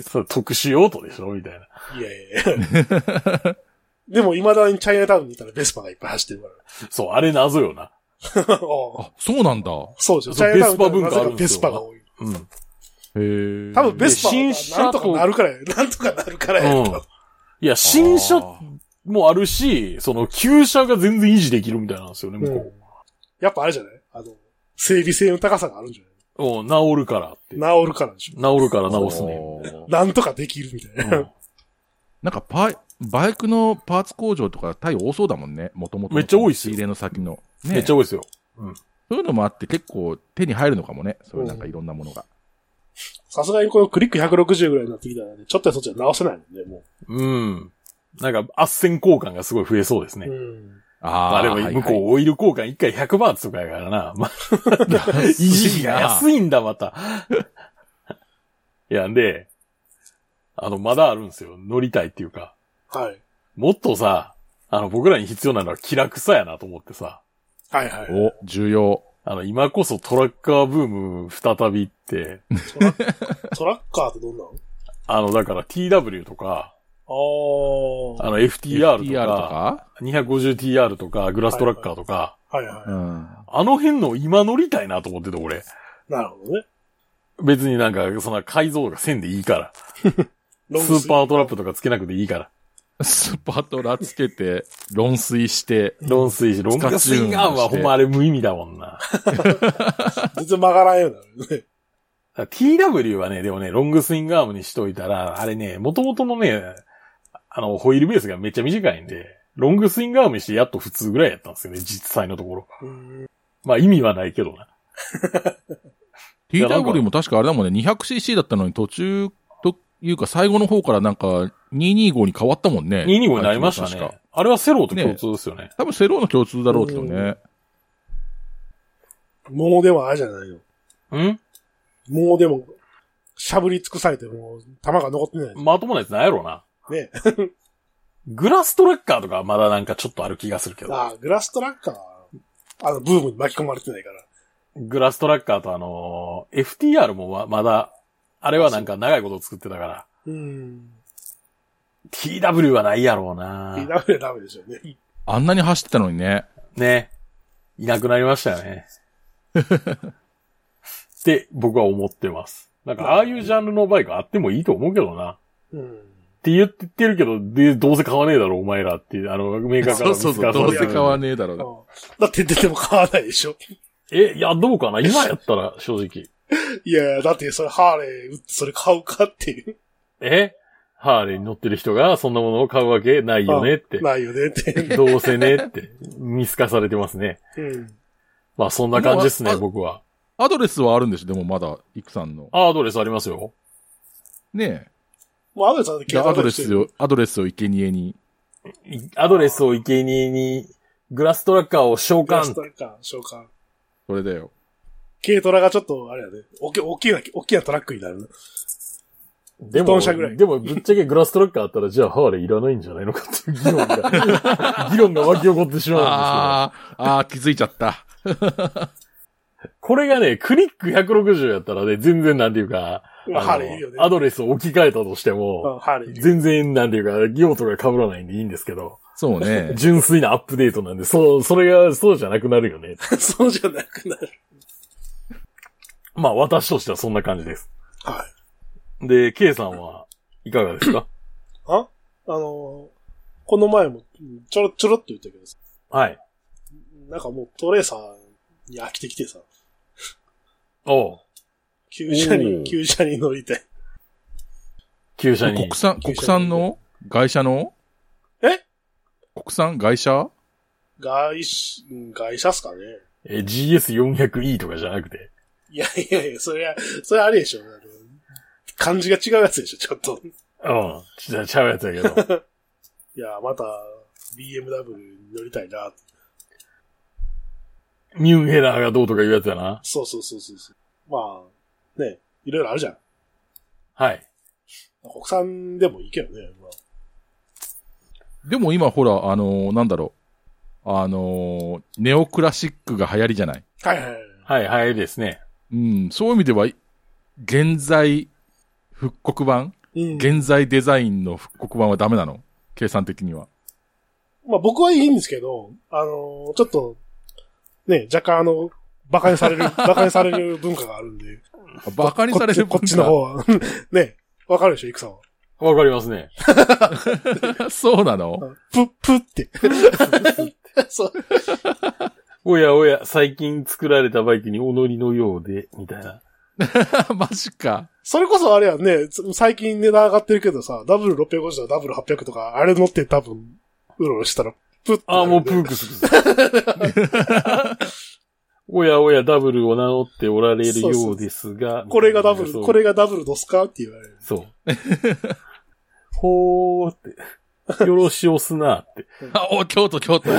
[SPEAKER 1] そう特殊用途でしょみたいな。
[SPEAKER 2] いやいやいや。でも、未だにチャイナタウンにいたらベスパがいっぱい走ってる
[SPEAKER 1] そう、あれ謎よな。
[SPEAKER 2] から。 ああ
[SPEAKER 3] あ、そうなんだ。
[SPEAKER 2] そうじゃん。チ
[SPEAKER 1] そう
[SPEAKER 2] ャイナタウン
[SPEAKER 1] ベスパ文化あるん
[SPEAKER 2] ベ
[SPEAKER 1] です
[SPEAKER 2] ス
[SPEAKER 1] よ
[SPEAKER 2] パが多い。
[SPEAKER 1] うん。
[SPEAKER 3] へー
[SPEAKER 2] 多分ベスパ
[SPEAKER 1] で新
[SPEAKER 2] は
[SPEAKER 1] 車
[SPEAKER 2] なんとかなるからや。なんとかなるからや。
[SPEAKER 1] うんいや、新
[SPEAKER 3] あ
[SPEAKER 1] 車
[SPEAKER 3] ー
[SPEAKER 1] もあるし、その、旧車が全然維持できるみたいなんですよね、向こ。
[SPEAKER 2] やっぱあれじゃないあの、整備性の高さがあるんじゃないう
[SPEAKER 1] うん、治るからって。
[SPEAKER 2] 治るからでしょ。
[SPEAKER 1] 治るから治すね。
[SPEAKER 3] あー
[SPEAKER 2] なんとかできるみたいな。
[SPEAKER 3] なんかパイ、バイクのパーツ工場とかタイ多そうだもんね、もともと。
[SPEAKER 1] めっちゃ多いっす
[SPEAKER 3] 仕
[SPEAKER 1] よ
[SPEAKER 3] 入れの先の。
[SPEAKER 1] うん
[SPEAKER 3] ね、
[SPEAKER 1] めっちゃ多いですよ。
[SPEAKER 3] そういうのもあって結構手に入るのかもね。そういうなんかいろんなものが。
[SPEAKER 2] さすがにこのクリック160ぐらいになってきたらね、ちょっとやそっちは直せないもんね、も
[SPEAKER 1] うん。なんか、圧線交換がすごい増えそうですね。
[SPEAKER 2] う。うん。
[SPEAKER 3] あ
[SPEAKER 1] まあでも、向こうオイル交換1回100バーツとかやからな。まあ、
[SPEAKER 3] う、 安
[SPEAKER 1] 維持費が
[SPEAKER 3] な
[SPEAKER 1] 安いんだ、また。いや、んで、あの、まだあるんですよ。乗りたいっていうか。
[SPEAKER 2] はい。
[SPEAKER 1] もっとさ、あの、僕らに必要なのは気楽さやなと思ってさ。
[SPEAKER 2] はいはい。
[SPEAKER 3] お、重要。
[SPEAKER 1] あの、今こそトラッカーブーム再びって、
[SPEAKER 2] トラトラッカーってどんなの
[SPEAKER 1] あの、だから TW とか、
[SPEAKER 2] あ
[SPEAKER 1] あの FTR と
[SPEAKER 3] FTR と
[SPEAKER 1] か、
[SPEAKER 3] か
[SPEAKER 1] 250TR とか、グラストラッカーとか、
[SPEAKER 2] あ。はいは
[SPEAKER 3] うん。
[SPEAKER 1] あの辺の今乗りたいなと思ってて、俺。
[SPEAKER 2] い。なるほどね。
[SPEAKER 1] 別になんか、そんな改造がせんでいいから。
[SPEAKER 2] ロン
[SPEAKER 1] ス
[SPEAKER 2] グス
[SPEAKER 1] ーパートラップとかつけなくていいから。
[SPEAKER 3] スパトラつけて、論水して、
[SPEAKER 1] 論水し、論下水ガンはほんまあれ無意味だもんな。
[SPEAKER 2] 全然曲がらんようになるよね。
[SPEAKER 1] TW はね、でもね、ロングスイングアームにしといたら、あれね、元々のね、あの、ホイールベースがめっちゃ短いんで、ロングスイングアームにしてやっと普通ぐらいやったんですよね、実際のところ。
[SPEAKER 2] うん
[SPEAKER 1] まあ意味はないけどな。いやなんか
[SPEAKER 3] TW も確かあれだもんね、200cc だったのに途中というか最後の方からなんか225に変わったもんね。
[SPEAKER 1] 225になりました
[SPEAKER 3] 確か
[SPEAKER 1] ね。あれはセローと共通ですよね。
[SPEAKER 3] 多分セローの共通だろうけどね。
[SPEAKER 2] もうでもあれじゃないよ。
[SPEAKER 1] うん
[SPEAKER 2] もうでも、しゃぶり尽くされてもう、弾が残ってない。
[SPEAKER 1] まともなやつなんやろうな。
[SPEAKER 2] ね。
[SPEAKER 1] グラストラッカーとかはまだなんかちょっとある気がするけど。
[SPEAKER 2] ああ、グラストラッカーはあの、ブームに巻き込まれてないから。
[SPEAKER 1] グラストラッカーとあのー FTR もわまだ、あれはなんか長いこと作ってたから、
[SPEAKER 2] うん。
[SPEAKER 1] TW はないやろうな。
[SPEAKER 2] ダメダメでしょうね。
[SPEAKER 3] あんなに走ってたのにね。
[SPEAKER 1] ね。いなくなりましたよ ね。って僕は思ってます。なんかああいうジャンルのバイクあってもいいと思うけどな。
[SPEAKER 2] うん。
[SPEAKER 1] って言ってるけど、で、どうせ買わねえだろ、お前らって、あの、メーカーか
[SPEAKER 3] そ
[SPEAKER 1] ら
[SPEAKER 3] う
[SPEAKER 1] 見つか
[SPEAKER 3] そ
[SPEAKER 1] らされてる
[SPEAKER 3] うそう、どうせ買わねえだろう
[SPEAKER 2] だ
[SPEAKER 3] な。
[SPEAKER 2] って出ても買わないでしょ。
[SPEAKER 1] え、いや、どうかな今やったら、正直。
[SPEAKER 2] いや、だってそれハーレー売ってそれ買うかっていう。
[SPEAKER 1] えハーレーに乗ってる人がそんなものを買うわけないよねって。
[SPEAKER 2] ないよねって。
[SPEAKER 1] どうせねって、見透かされてますね。
[SPEAKER 2] うん。
[SPEAKER 1] まあそんな感じです
[SPEAKER 3] も
[SPEAKER 1] ね、
[SPEAKER 3] うあ
[SPEAKER 1] 僕は。
[SPEAKER 3] アドレスはあるんでしょでもまだ、イクさんの。
[SPEAKER 1] アドレスありますよ。
[SPEAKER 3] ね
[SPEAKER 2] もうアドレスは
[SPEAKER 3] え。じゃあアドレス
[SPEAKER 2] よ。
[SPEAKER 3] を、アドレスを生贄に。
[SPEAKER 1] いアドレスを生贄に、グラストラッカーを召
[SPEAKER 2] ガス
[SPEAKER 1] 喚
[SPEAKER 2] ト。ラッカー、召喚。
[SPEAKER 3] それだよ。
[SPEAKER 2] 軽トラがちょっと、あれやね、大き大きな、大きなトラックになるな。
[SPEAKER 1] で
[SPEAKER 2] ト
[SPEAKER 1] も、
[SPEAKER 2] ン車ぐらい
[SPEAKER 1] でもぶっちゃけグラストラッカーあったら、じゃあハーレーいらないんじゃないのかっていう議 論が、議論が湧き起こってしまうんで
[SPEAKER 3] ああ、ああ、気づいちゃった。
[SPEAKER 1] すけど。これがね、クリック160やったらね、全然なんていうか、
[SPEAKER 2] まあ、
[SPEAKER 1] あの
[SPEAKER 2] ハーレーいいよね。
[SPEAKER 1] アドレスを置き換えたとしても、
[SPEAKER 2] うんハーレーいる。
[SPEAKER 1] 全然なんていうか、用途が被らないんでいいんですけど、。
[SPEAKER 3] そうね
[SPEAKER 1] 純粋なアップデートなんで、そう、それがそうじゃなくなるよね。
[SPEAKER 2] そうじゃなくなる。
[SPEAKER 1] まあ私としてはそんな感じです。
[SPEAKER 2] はい。
[SPEAKER 1] で、K さんはいかがです か
[SPEAKER 2] ああのー、この前も、うんちょろ、ちょろっと言ったけどさ、
[SPEAKER 1] はい。
[SPEAKER 2] なんかもうトレーサーに飽きてきてさ、
[SPEAKER 1] おう
[SPEAKER 2] 旧車
[SPEAKER 3] お
[SPEAKER 2] に、
[SPEAKER 3] ー
[SPEAKER 2] 旧車に乗りたい。
[SPEAKER 1] 旧車に
[SPEAKER 3] 国。産、国産の外車の
[SPEAKER 2] え
[SPEAKER 3] 国産外車
[SPEAKER 2] 外車、うん外車っすかね。
[SPEAKER 1] え、GS400E とかじゃなくて。
[SPEAKER 2] いやいやいや、それは、それはあれでしょ。あの感じが違うやつでしょ、ちょっと。
[SPEAKER 1] うん。ちゃちゃうやつだけど。
[SPEAKER 2] いや、また、BMW に乗りたいな。
[SPEAKER 1] ミュンヘラーがどうとかいうやつだな。
[SPEAKER 2] そうそうそうそうそう。まあ、ね、いろいろあるじゃん。
[SPEAKER 1] はい。
[SPEAKER 2] 国産でもいいけどね。まあ、
[SPEAKER 3] でも今ほら、あのーなんだろう。あのーネオクラシックが流行りじゃない
[SPEAKER 2] はいはいはい。
[SPEAKER 1] はい、はいですね。
[SPEAKER 3] うん、そういう意味では、い現在復刻版、
[SPEAKER 2] うん、
[SPEAKER 3] 現在デザインの復刻版はダメなの計算的には。
[SPEAKER 2] まあ僕はいいんですけど、あのーちょっと、ね、若干あの、馬鹿にされる、馬鹿にされる文化があるんで。
[SPEAKER 3] バカにされる
[SPEAKER 2] こっちこっちの方は。 ね、わかるでしょ、いくさんは。
[SPEAKER 1] わかりますね。
[SPEAKER 3] 方。 そうなの
[SPEAKER 2] ぷっぷって。そう。
[SPEAKER 1] おやおや、最近作られたバイクにお乗りのようで、みたいな。
[SPEAKER 3] マジか。
[SPEAKER 2] それこそあれやんね、つ最近値段上がってるけどさ、ダブル650とかダブル800とか、あれ乗って多分、うろうろしたら、プッてな
[SPEAKER 1] あ、
[SPEAKER 2] る
[SPEAKER 1] も
[SPEAKER 2] よ
[SPEAKER 1] う
[SPEAKER 2] ね
[SPEAKER 1] プークスクス。 おやおや、ダブルを名乗っておられるようですが。
[SPEAKER 2] これがダブル、
[SPEAKER 1] そう
[SPEAKER 2] これがダブルドスかって言われる。
[SPEAKER 1] そう。ほーって。よろしおすなって。
[SPEAKER 3] あ、お、京都、京都。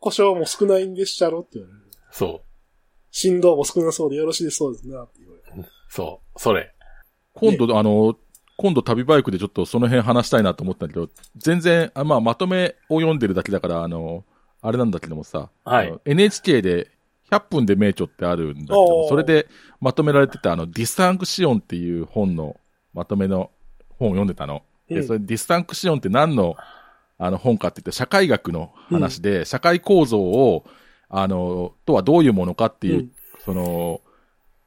[SPEAKER 2] 故障も少ないんでっしゃろって言われる。
[SPEAKER 1] そ
[SPEAKER 2] 振動も少なそうでよろしいそうですなって言われる。
[SPEAKER 1] う。そう。それ。
[SPEAKER 3] 今度、あの、今度旅バイクでちょっとその辺話したいなと思ったんだけど、全然、あまあ、まとめを読んでるだけだから、あの、あれなんだけどもさ、
[SPEAKER 1] は
[SPEAKER 3] あ
[SPEAKER 1] い
[SPEAKER 3] の。NHK で100分で名著ってあるんだけど
[SPEAKER 2] おー
[SPEAKER 3] も、それでまとめられてた、あの、ディスタンクシオンっていう本の、まとめの本を読んでたの。
[SPEAKER 2] う
[SPEAKER 3] で、
[SPEAKER 2] ん
[SPEAKER 3] それディスタンクシオンって何の、あの本かって言って、社会学の話で、社会構造を、あの、とはどういうものかっていう、
[SPEAKER 2] うん
[SPEAKER 3] その、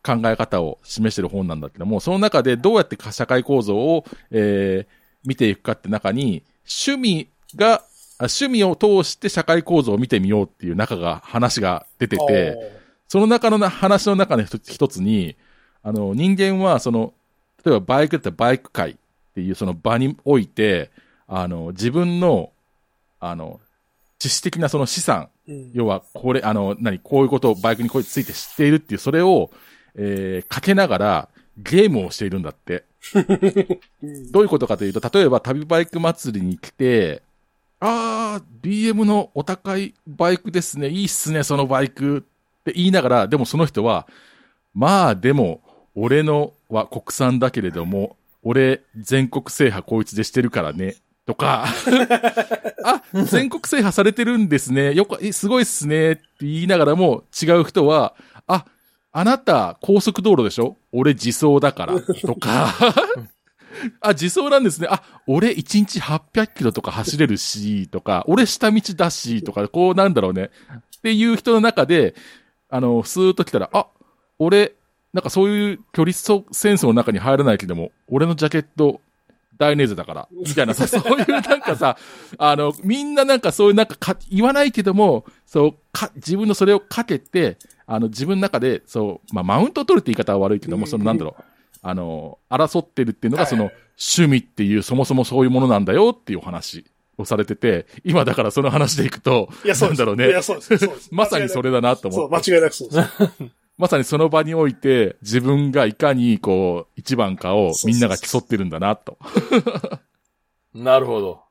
[SPEAKER 3] 考え方を示してる本なんだけども、その中でどうやって社会構造を、えー見ていくかって中に、趣味が、あ趣味を通して社会構造を見てみようっていう中が、話が出てて、その中のな話の中の一つ一つに、あの、人間は、その、例えばバイクだったらバイク界っていうその場において、あの、自分の、あの、知識的なその資産、
[SPEAKER 2] あーうん
[SPEAKER 3] 要は、これ、あの、何、こういうことをバイクにこいついて知っているっていう、それを、えー、かけながら、ゲームをしているん だって。
[SPEAKER 2] うん
[SPEAKER 3] どういうことかというと、例えば旅バイク祭りに来て、あー、BM のお高いバイクですね、いいっすね、そのバイクって言いながら、でもその人は、まあでも、俺のは国産だけれども、俺、全国制覇こいつでしてるからね、とか、あ、全国制覇されてるんですね、よく、えすごいっすね、って言いながらも、違う人は、あ、あなた、高速道路でしょ俺、自走だから、とか、あ、自走なんですね。あ、俺1日800キロとか走れるし、とか、俺下道だし、とか、こうなんだろうね。っていう人の中で、あの、スーッと来たら、あ、俺、なんかそういう距離走センスの中に入らないけども、俺のジャケット、ダイネーゼだから、みたいな さ、そういうなんかさ、あの、みんななんかそういうなんかか、言わないけども、そう、か、自分のそれをかけて、あの、自分の中で、そう、まあ、マウントを取るって言い方は悪いけども、そのなんだろう、あの、争ってるっていうのが、
[SPEAKER 2] はい
[SPEAKER 3] その、趣味っていう、そもそもそういうものなんだよっていうお話をされてて、今だからその話でいくと、
[SPEAKER 2] いや、そうです。
[SPEAKER 3] なんだろう
[SPEAKER 2] い
[SPEAKER 3] ね
[SPEAKER 2] や、そうです。そうです
[SPEAKER 3] まさにそれだなと
[SPEAKER 2] そ
[SPEAKER 3] 思
[SPEAKER 2] う、
[SPEAKER 3] って
[SPEAKER 2] 間違いなくそうです。
[SPEAKER 3] まさにその場において、自分がいかに、こう、一番かを
[SPEAKER 2] そうそうそう
[SPEAKER 3] みんなが競ってるんだなと。
[SPEAKER 1] なるほど。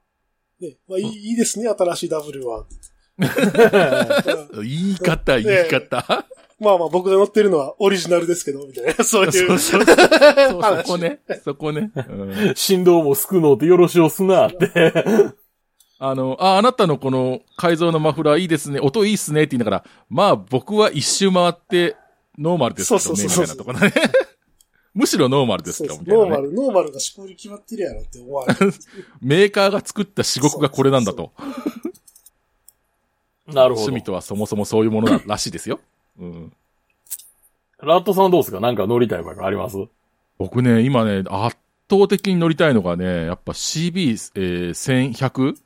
[SPEAKER 2] ねまあ、いいいいですね、新しい W は。うん
[SPEAKER 3] 言い方、
[SPEAKER 2] え
[SPEAKER 3] 言い方。
[SPEAKER 2] まあまあ、僕が乗ってるのはオリジナルですけど、みたい な。そうい
[SPEAKER 3] そうう。そうそうそうそ こね。そこね。うん
[SPEAKER 1] 振動も救うのってよろしおすなって。
[SPEAKER 3] あの、あ、あなたのこの改造のマフラーいいですね、音いいっすねって言いながら、まあ僕は一周回ってノーマルですけ
[SPEAKER 2] そ
[SPEAKER 3] ど
[SPEAKER 2] う
[SPEAKER 3] ね、
[SPEAKER 2] そう
[SPEAKER 3] み
[SPEAKER 2] そ
[SPEAKER 3] た
[SPEAKER 2] う
[SPEAKER 3] い
[SPEAKER 2] そ
[SPEAKER 3] な
[SPEAKER 2] う
[SPEAKER 3] とこね。 むしろノーマルです
[SPEAKER 2] そう
[SPEAKER 3] け
[SPEAKER 2] で
[SPEAKER 3] ど、
[SPEAKER 2] す
[SPEAKER 3] みた
[SPEAKER 2] ノーマ
[SPEAKER 3] いなね。
[SPEAKER 2] ル、ノーマルが仕組み決まってるやろって思われる。
[SPEAKER 3] メーカーが作った至極がこれなんだと。
[SPEAKER 1] なるほ
[SPEAKER 3] 趣味
[SPEAKER 1] ど。
[SPEAKER 3] とはそもそもそういうものだらしいですよ。うん。
[SPEAKER 1] ラットさんどうですかなんか乗りたいバイクあります
[SPEAKER 3] 僕ね、今ね、圧倒的に乗りたいのがね、やっぱ CB1100、えー1100乗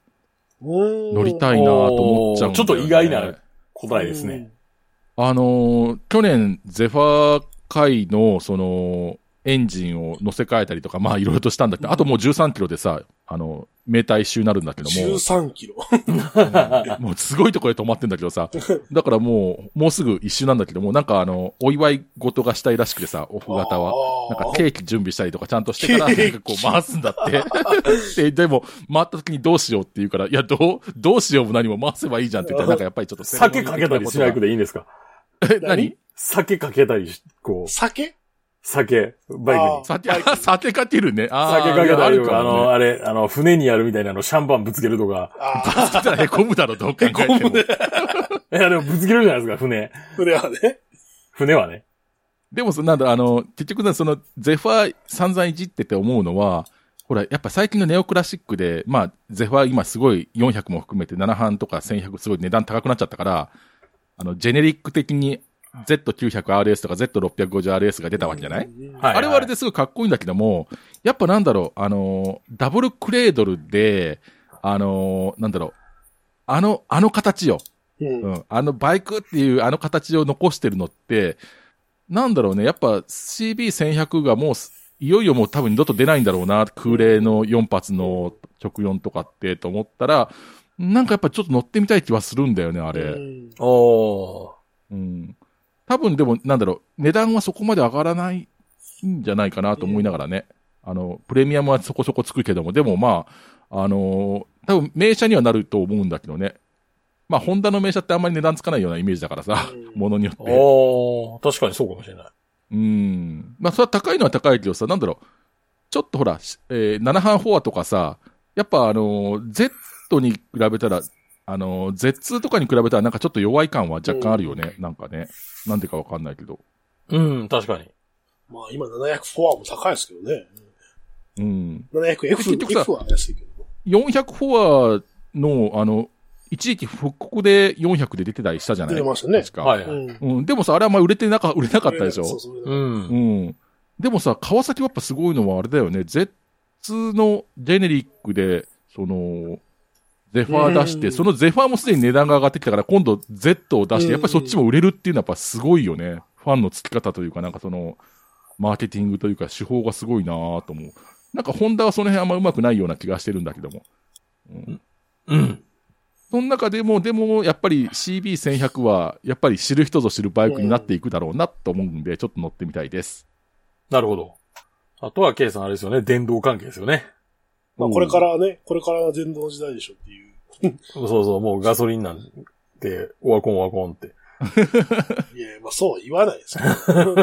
[SPEAKER 2] 乗
[SPEAKER 3] りたいなと思っちゃう
[SPEAKER 1] お
[SPEAKER 3] んだよね、
[SPEAKER 1] ーちょっと意外な答えですね。。
[SPEAKER 3] あのー去年、ゼファー界の、その、エンジンを乗せ替えたりとか、まあいろいろとしたんだけど、あともう13キロでさ、あの、メーター一周になるんだけども、
[SPEAKER 2] 13キロ。
[SPEAKER 3] もうすごいとこで止まってんだけ どさ、だからもう、もうすぐ一周なんだけども、なんかあの、お祝い事がしたいらしくてさ、オフ型は。なんか
[SPEAKER 2] は
[SPEAKER 3] ケーキ準備したりとかちゃんとしてから、
[SPEAKER 2] ケー
[SPEAKER 3] な
[SPEAKER 2] キ
[SPEAKER 3] んかこう回すんだって。 で、でも、回った時にどうしようって言うから、いや、どう、どうしようも何も回せばいいじゃんって言ったら、なんかやっぱりちょっと
[SPEAKER 1] 酒かけたりしないく
[SPEAKER 3] で。
[SPEAKER 1] でいいんですか
[SPEAKER 3] 何
[SPEAKER 1] 酒かけたりし、こう、
[SPEAKER 2] 酒
[SPEAKER 1] 酒、バイクに。
[SPEAKER 3] さて、 あ、さてかけるね。あー
[SPEAKER 1] 酒かけた
[SPEAKER 3] あ
[SPEAKER 1] り
[SPEAKER 3] る
[SPEAKER 1] とか、
[SPEAKER 3] か
[SPEAKER 1] あ
[SPEAKER 3] も
[SPEAKER 1] の、
[SPEAKER 3] ね。
[SPEAKER 1] あれ、あの、船にやるみたいなの、シャンパンぶつけるとか。
[SPEAKER 2] ああ、
[SPEAKER 3] あったらへこむだろ、どう考えて も。
[SPEAKER 1] いや、でもぶつけるじゃないですか、船。
[SPEAKER 2] それはね。
[SPEAKER 1] 船はね。
[SPEAKER 3] でもそ、なんだ、あの、結局な、その、ゼファー散々いじってて思うのは、ほら、やっぱ最近のネオクラシックで、まあ、ゼファー今すごい400も含めて7半とか1100すごい値段高くなっちゃったから、あの、ジェネリック的に Z900RS とか Z650RS が出たわけじゃない、
[SPEAKER 2] うん
[SPEAKER 1] はい
[SPEAKER 3] あれはあれですごいかっこいいんだけども、やっぱなんだろう、あのー、ダブルクレードルで、あのー、なんだろう、あの、あの形よ。
[SPEAKER 2] うん
[SPEAKER 3] うん。あのバイクっていうあの形を残してるのって、なんだろうね、やっぱ CB1100 がもうす、いよいよもう多分二度と出ないんだろうな、空冷の4発の直4とかってと思ったら、なんかやっぱちょっと乗ってみたい気はするんだよね、あれ。
[SPEAKER 2] うん
[SPEAKER 1] おー。
[SPEAKER 3] うん。多分でも、なんだろう、値段はそこまで上がらないんじゃないかなと思いながらね。あの、プレミアムはそこそこつくけども、でもまあ、あのー多分名車にはなると思うんだけどね。まあ、ホンダの名車ってあんまり値段つかないようなイメージだからさ
[SPEAKER 2] うん、
[SPEAKER 3] ものによって。
[SPEAKER 1] おー。確かにそうかもしれない。
[SPEAKER 3] うん。まあ、それは高いのは高いけどさ、なんだろう、ちょっとほら、しえー、7半フォアとかさ、やっぱあのー Z に比べたら、あのー Z2 とかに比べたらなんかちょっと弱い感は若干あるよね。なんかね。なんでかわかんないけど。
[SPEAKER 1] うん、確かに。
[SPEAKER 2] まあ今700フォアも高いですけどね。
[SPEAKER 3] うん。結
[SPEAKER 2] 700F
[SPEAKER 3] 局さ
[SPEAKER 2] F は安いけど。
[SPEAKER 3] 400フォアの、あの、一時期復刻で400で出てたりしたじゃない
[SPEAKER 2] 出てましたね
[SPEAKER 3] 確か。
[SPEAKER 1] はいはい。
[SPEAKER 2] うん
[SPEAKER 3] うん。でもさ、あれはあんま売れてなか、売れなかったでしょ
[SPEAKER 2] そうそう
[SPEAKER 1] う。
[SPEAKER 2] うん
[SPEAKER 3] うんん。でもさ、川崎はやっぱすごいのはあれだよね。Z のジェネリックで、その、ゼファー出し
[SPEAKER 2] う
[SPEAKER 3] て、
[SPEAKER 2] ん
[SPEAKER 3] そのゼファーもすでに値段が上がってきたから、今度 Z を出
[SPEAKER 2] う
[SPEAKER 3] し
[SPEAKER 2] ん
[SPEAKER 3] て、やっぱりそっちも売れるっていうのはやっぱすごいよね。ファンの付き方というか、なんかその、マーケティングというか手法がすごいなぁと思う。なんかホンダはその辺あんまうまくないような気がしてるんだけども。
[SPEAKER 1] うん。
[SPEAKER 3] その中でも、でも、やっぱり CB1100 は、やっぱり知る人ぞ知るバイクになっていくだろうなと思うんで、ちょっと乗ってみたいです。
[SPEAKER 1] なるほど。あとは、ケイさんあれですよね。電動関係ですよね。
[SPEAKER 2] まあこれからね、これから電動時代でしょっていう。
[SPEAKER 1] そうそう、もうガソリンなんで、オワコンオワコンって。
[SPEAKER 2] い や、まあそうは言わないで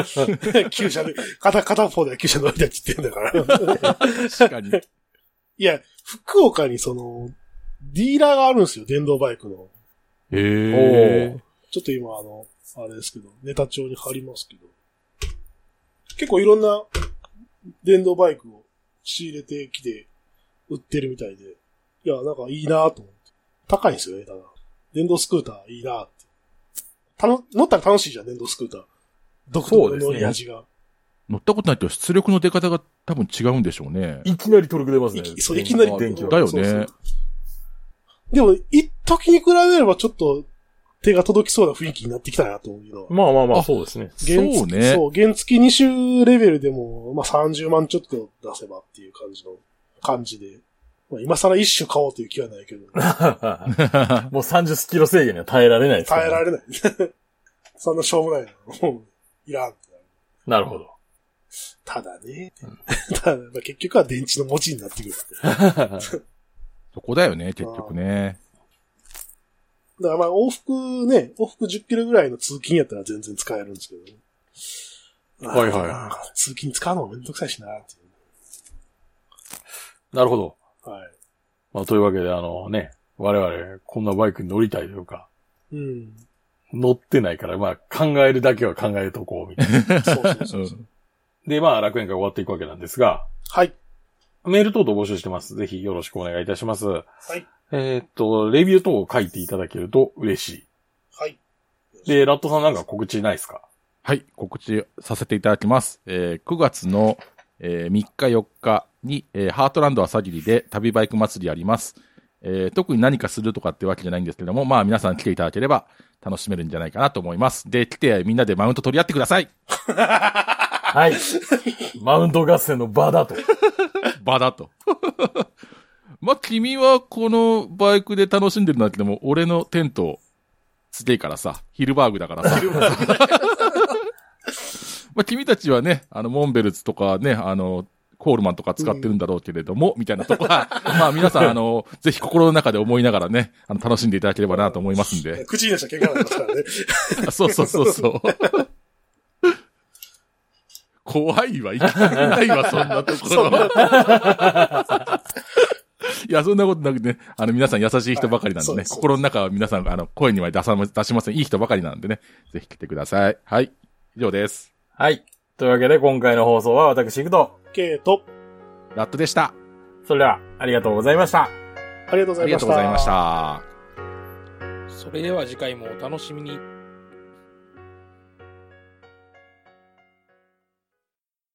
[SPEAKER 2] すけど。 旧車で、片、片方では旧車乗りたいって言ってんだから。
[SPEAKER 3] 確かに。
[SPEAKER 2] いや、福岡にその、ディーラーがあるんですよ、電動バイクの。
[SPEAKER 3] へ
[SPEAKER 1] おー
[SPEAKER 2] ちょっと今、あの、あれですけど、ネタ帳に貼りますけど。結構いろんな電動バイクを仕入れてきて売ってるみたいで。いや、なんかいいなと思って。高いんですよね、ただ。電動スクーターいいなって。たの、乗ったら楽しいじゃん、電動スクーター。独特の乗り味が。
[SPEAKER 3] 乗ったことないけど、出力の出方が多分違うんでしょうね。
[SPEAKER 1] いきなりトルク出ますね。
[SPEAKER 2] いきそういきなり
[SPEAKER 1] 電気は
[SPEAKER 3] だよ
[SPEAKER 2] そうそ
[SPEAKER 3] ね
[SPEAKER 2] う。でも、一時に比べればちょっと手が届きそうな雰囲気になってきたなというのは。
[SPEAKER 1] まあまあまあ、
[SPEAKER 3] あ
[SPEAKER 1] そうですね。
[SPEAKER 2] 原付
[SPEAKER 3] そうね。
[SPEAKER 2] そう、原付2周レベルでも、まあ30万ちょっと出せばっていう感じの感じで。まあ今更一種買おうという気はない けど、
[SPEAKER 1] もう30キロ制限には耐えられないですから
[SPEAKER 2] 耐
[SPEAKER 1] ね
[SPEAKER 2] えられない。 そんなしょうもないの。 もういらんってなる。
[SPEAKER 1] なるほど。
[SPEAKER 2] ただね。 ただ、まあ、結局は電池の持ちになってくる。
[SPEAKER 3] そこだよね、結局ね。
[SPEAKER 2] だからまあ往復ね、往復10キロぐらいの通勤やったら全然使えるんですけどね。
[SPEAKER 1] はいはい
[SPEAKER 2] あー通勤使うのもめんどくさいしなってい
[SPEAKER 1] なるほど。
[SPEAKER 2] う。はい。
[SPEAKER 1] まあ、というわけで、あのね、我々、こんなバイクに乗りたいというか、
[SPEAKER 2] うん。
[SPEAKER 1] 乗ってないから、まあ、考えるだけは考えとこう、みたいな。
[SPEAKER 2] そうそうそう
[SPEAKER 3] う
[SPEAKER 2] そう。
[SPEAKER 3] ん。
[SPEAKER 1] で、まあ、楽園会終わっていくわけなんですが、
[SPEAKER 2] はい。
[SPEAKER 1] メール等々募集してます。ぜひよろしくお願いいたします。
[SPEAKER 2] はい。
[SPEAKER 1] えーっと、レビュー等を書いていただけると嬉し
[SPEAKER 2] は
[SPEAKER 1] い。
[SPEAKER 2] い。
[SPEAKER 1] で、ラットさんなんか告知ないですか
[SPEAKER 3] はい、告知させていただきます。えー9月の、えー3日4日に、えーハートランド朝霧で旅バイク祭りやります。えー特に何かするとかってわけじゃないんですけども、まあ皆さん来ていただければ楽しめるんじゃないかなと思います。で、来てみんなでマウント取り合ってください
[SPEAKER 1] はい。 マウント合戦の場だと。
[SPEAKER 3] 場だと。 まあ君はこのバイクで楽しんでるんだけども、俺のテント、つてえからさ、ヒルバーグだから さ。まあ君たちはね、あの、モンベルツとかね、あの、コールマンとか使ってるんだろうけれども、みたいなとこ は、まあ皆さん、あの、ぜひ心の中で思いながらね、あの、楽しんでいただければなと思いますんで。
[SPEAKER 2] 口に出したら喧嘩になりますからね。
[SPEAKER 3] あそうそうそうそう。 怖いわ、行きたくないわ、そんなところ。 いや、そんなことなくてね、あの、皆さん優しい人ばかりなんでね、
[SPEAKER 2] はいそうです
[SPEAKER 3] 心の中は皆さん、あの、声には出さま、出しません。いい人ばかりなんでね、ぜひ来てください。はい。以上です。
[SPEAKER 1] はい。というわけで、今回の放送は私行くと。
[SPEAKER 2] ケイト、
[SPEAKER 3] ラットでした。
[SPEAKER 1] それでは、ありがとうございました。
[SPEAKER 2] ありがとうご
[SPEAKER 3] あ
[SPEAKER 2] ざい
[SPEAKER 3] り
[SPEAKER 2] ま
[SPEAKER 3] が
[SPEAKER 2] し
[SPEAKER 3] とうござい
[SPEAKER 2] た
[SPEAKER 3] まし。た。
[SPEAKER 4] それでは次回もお楽しみに。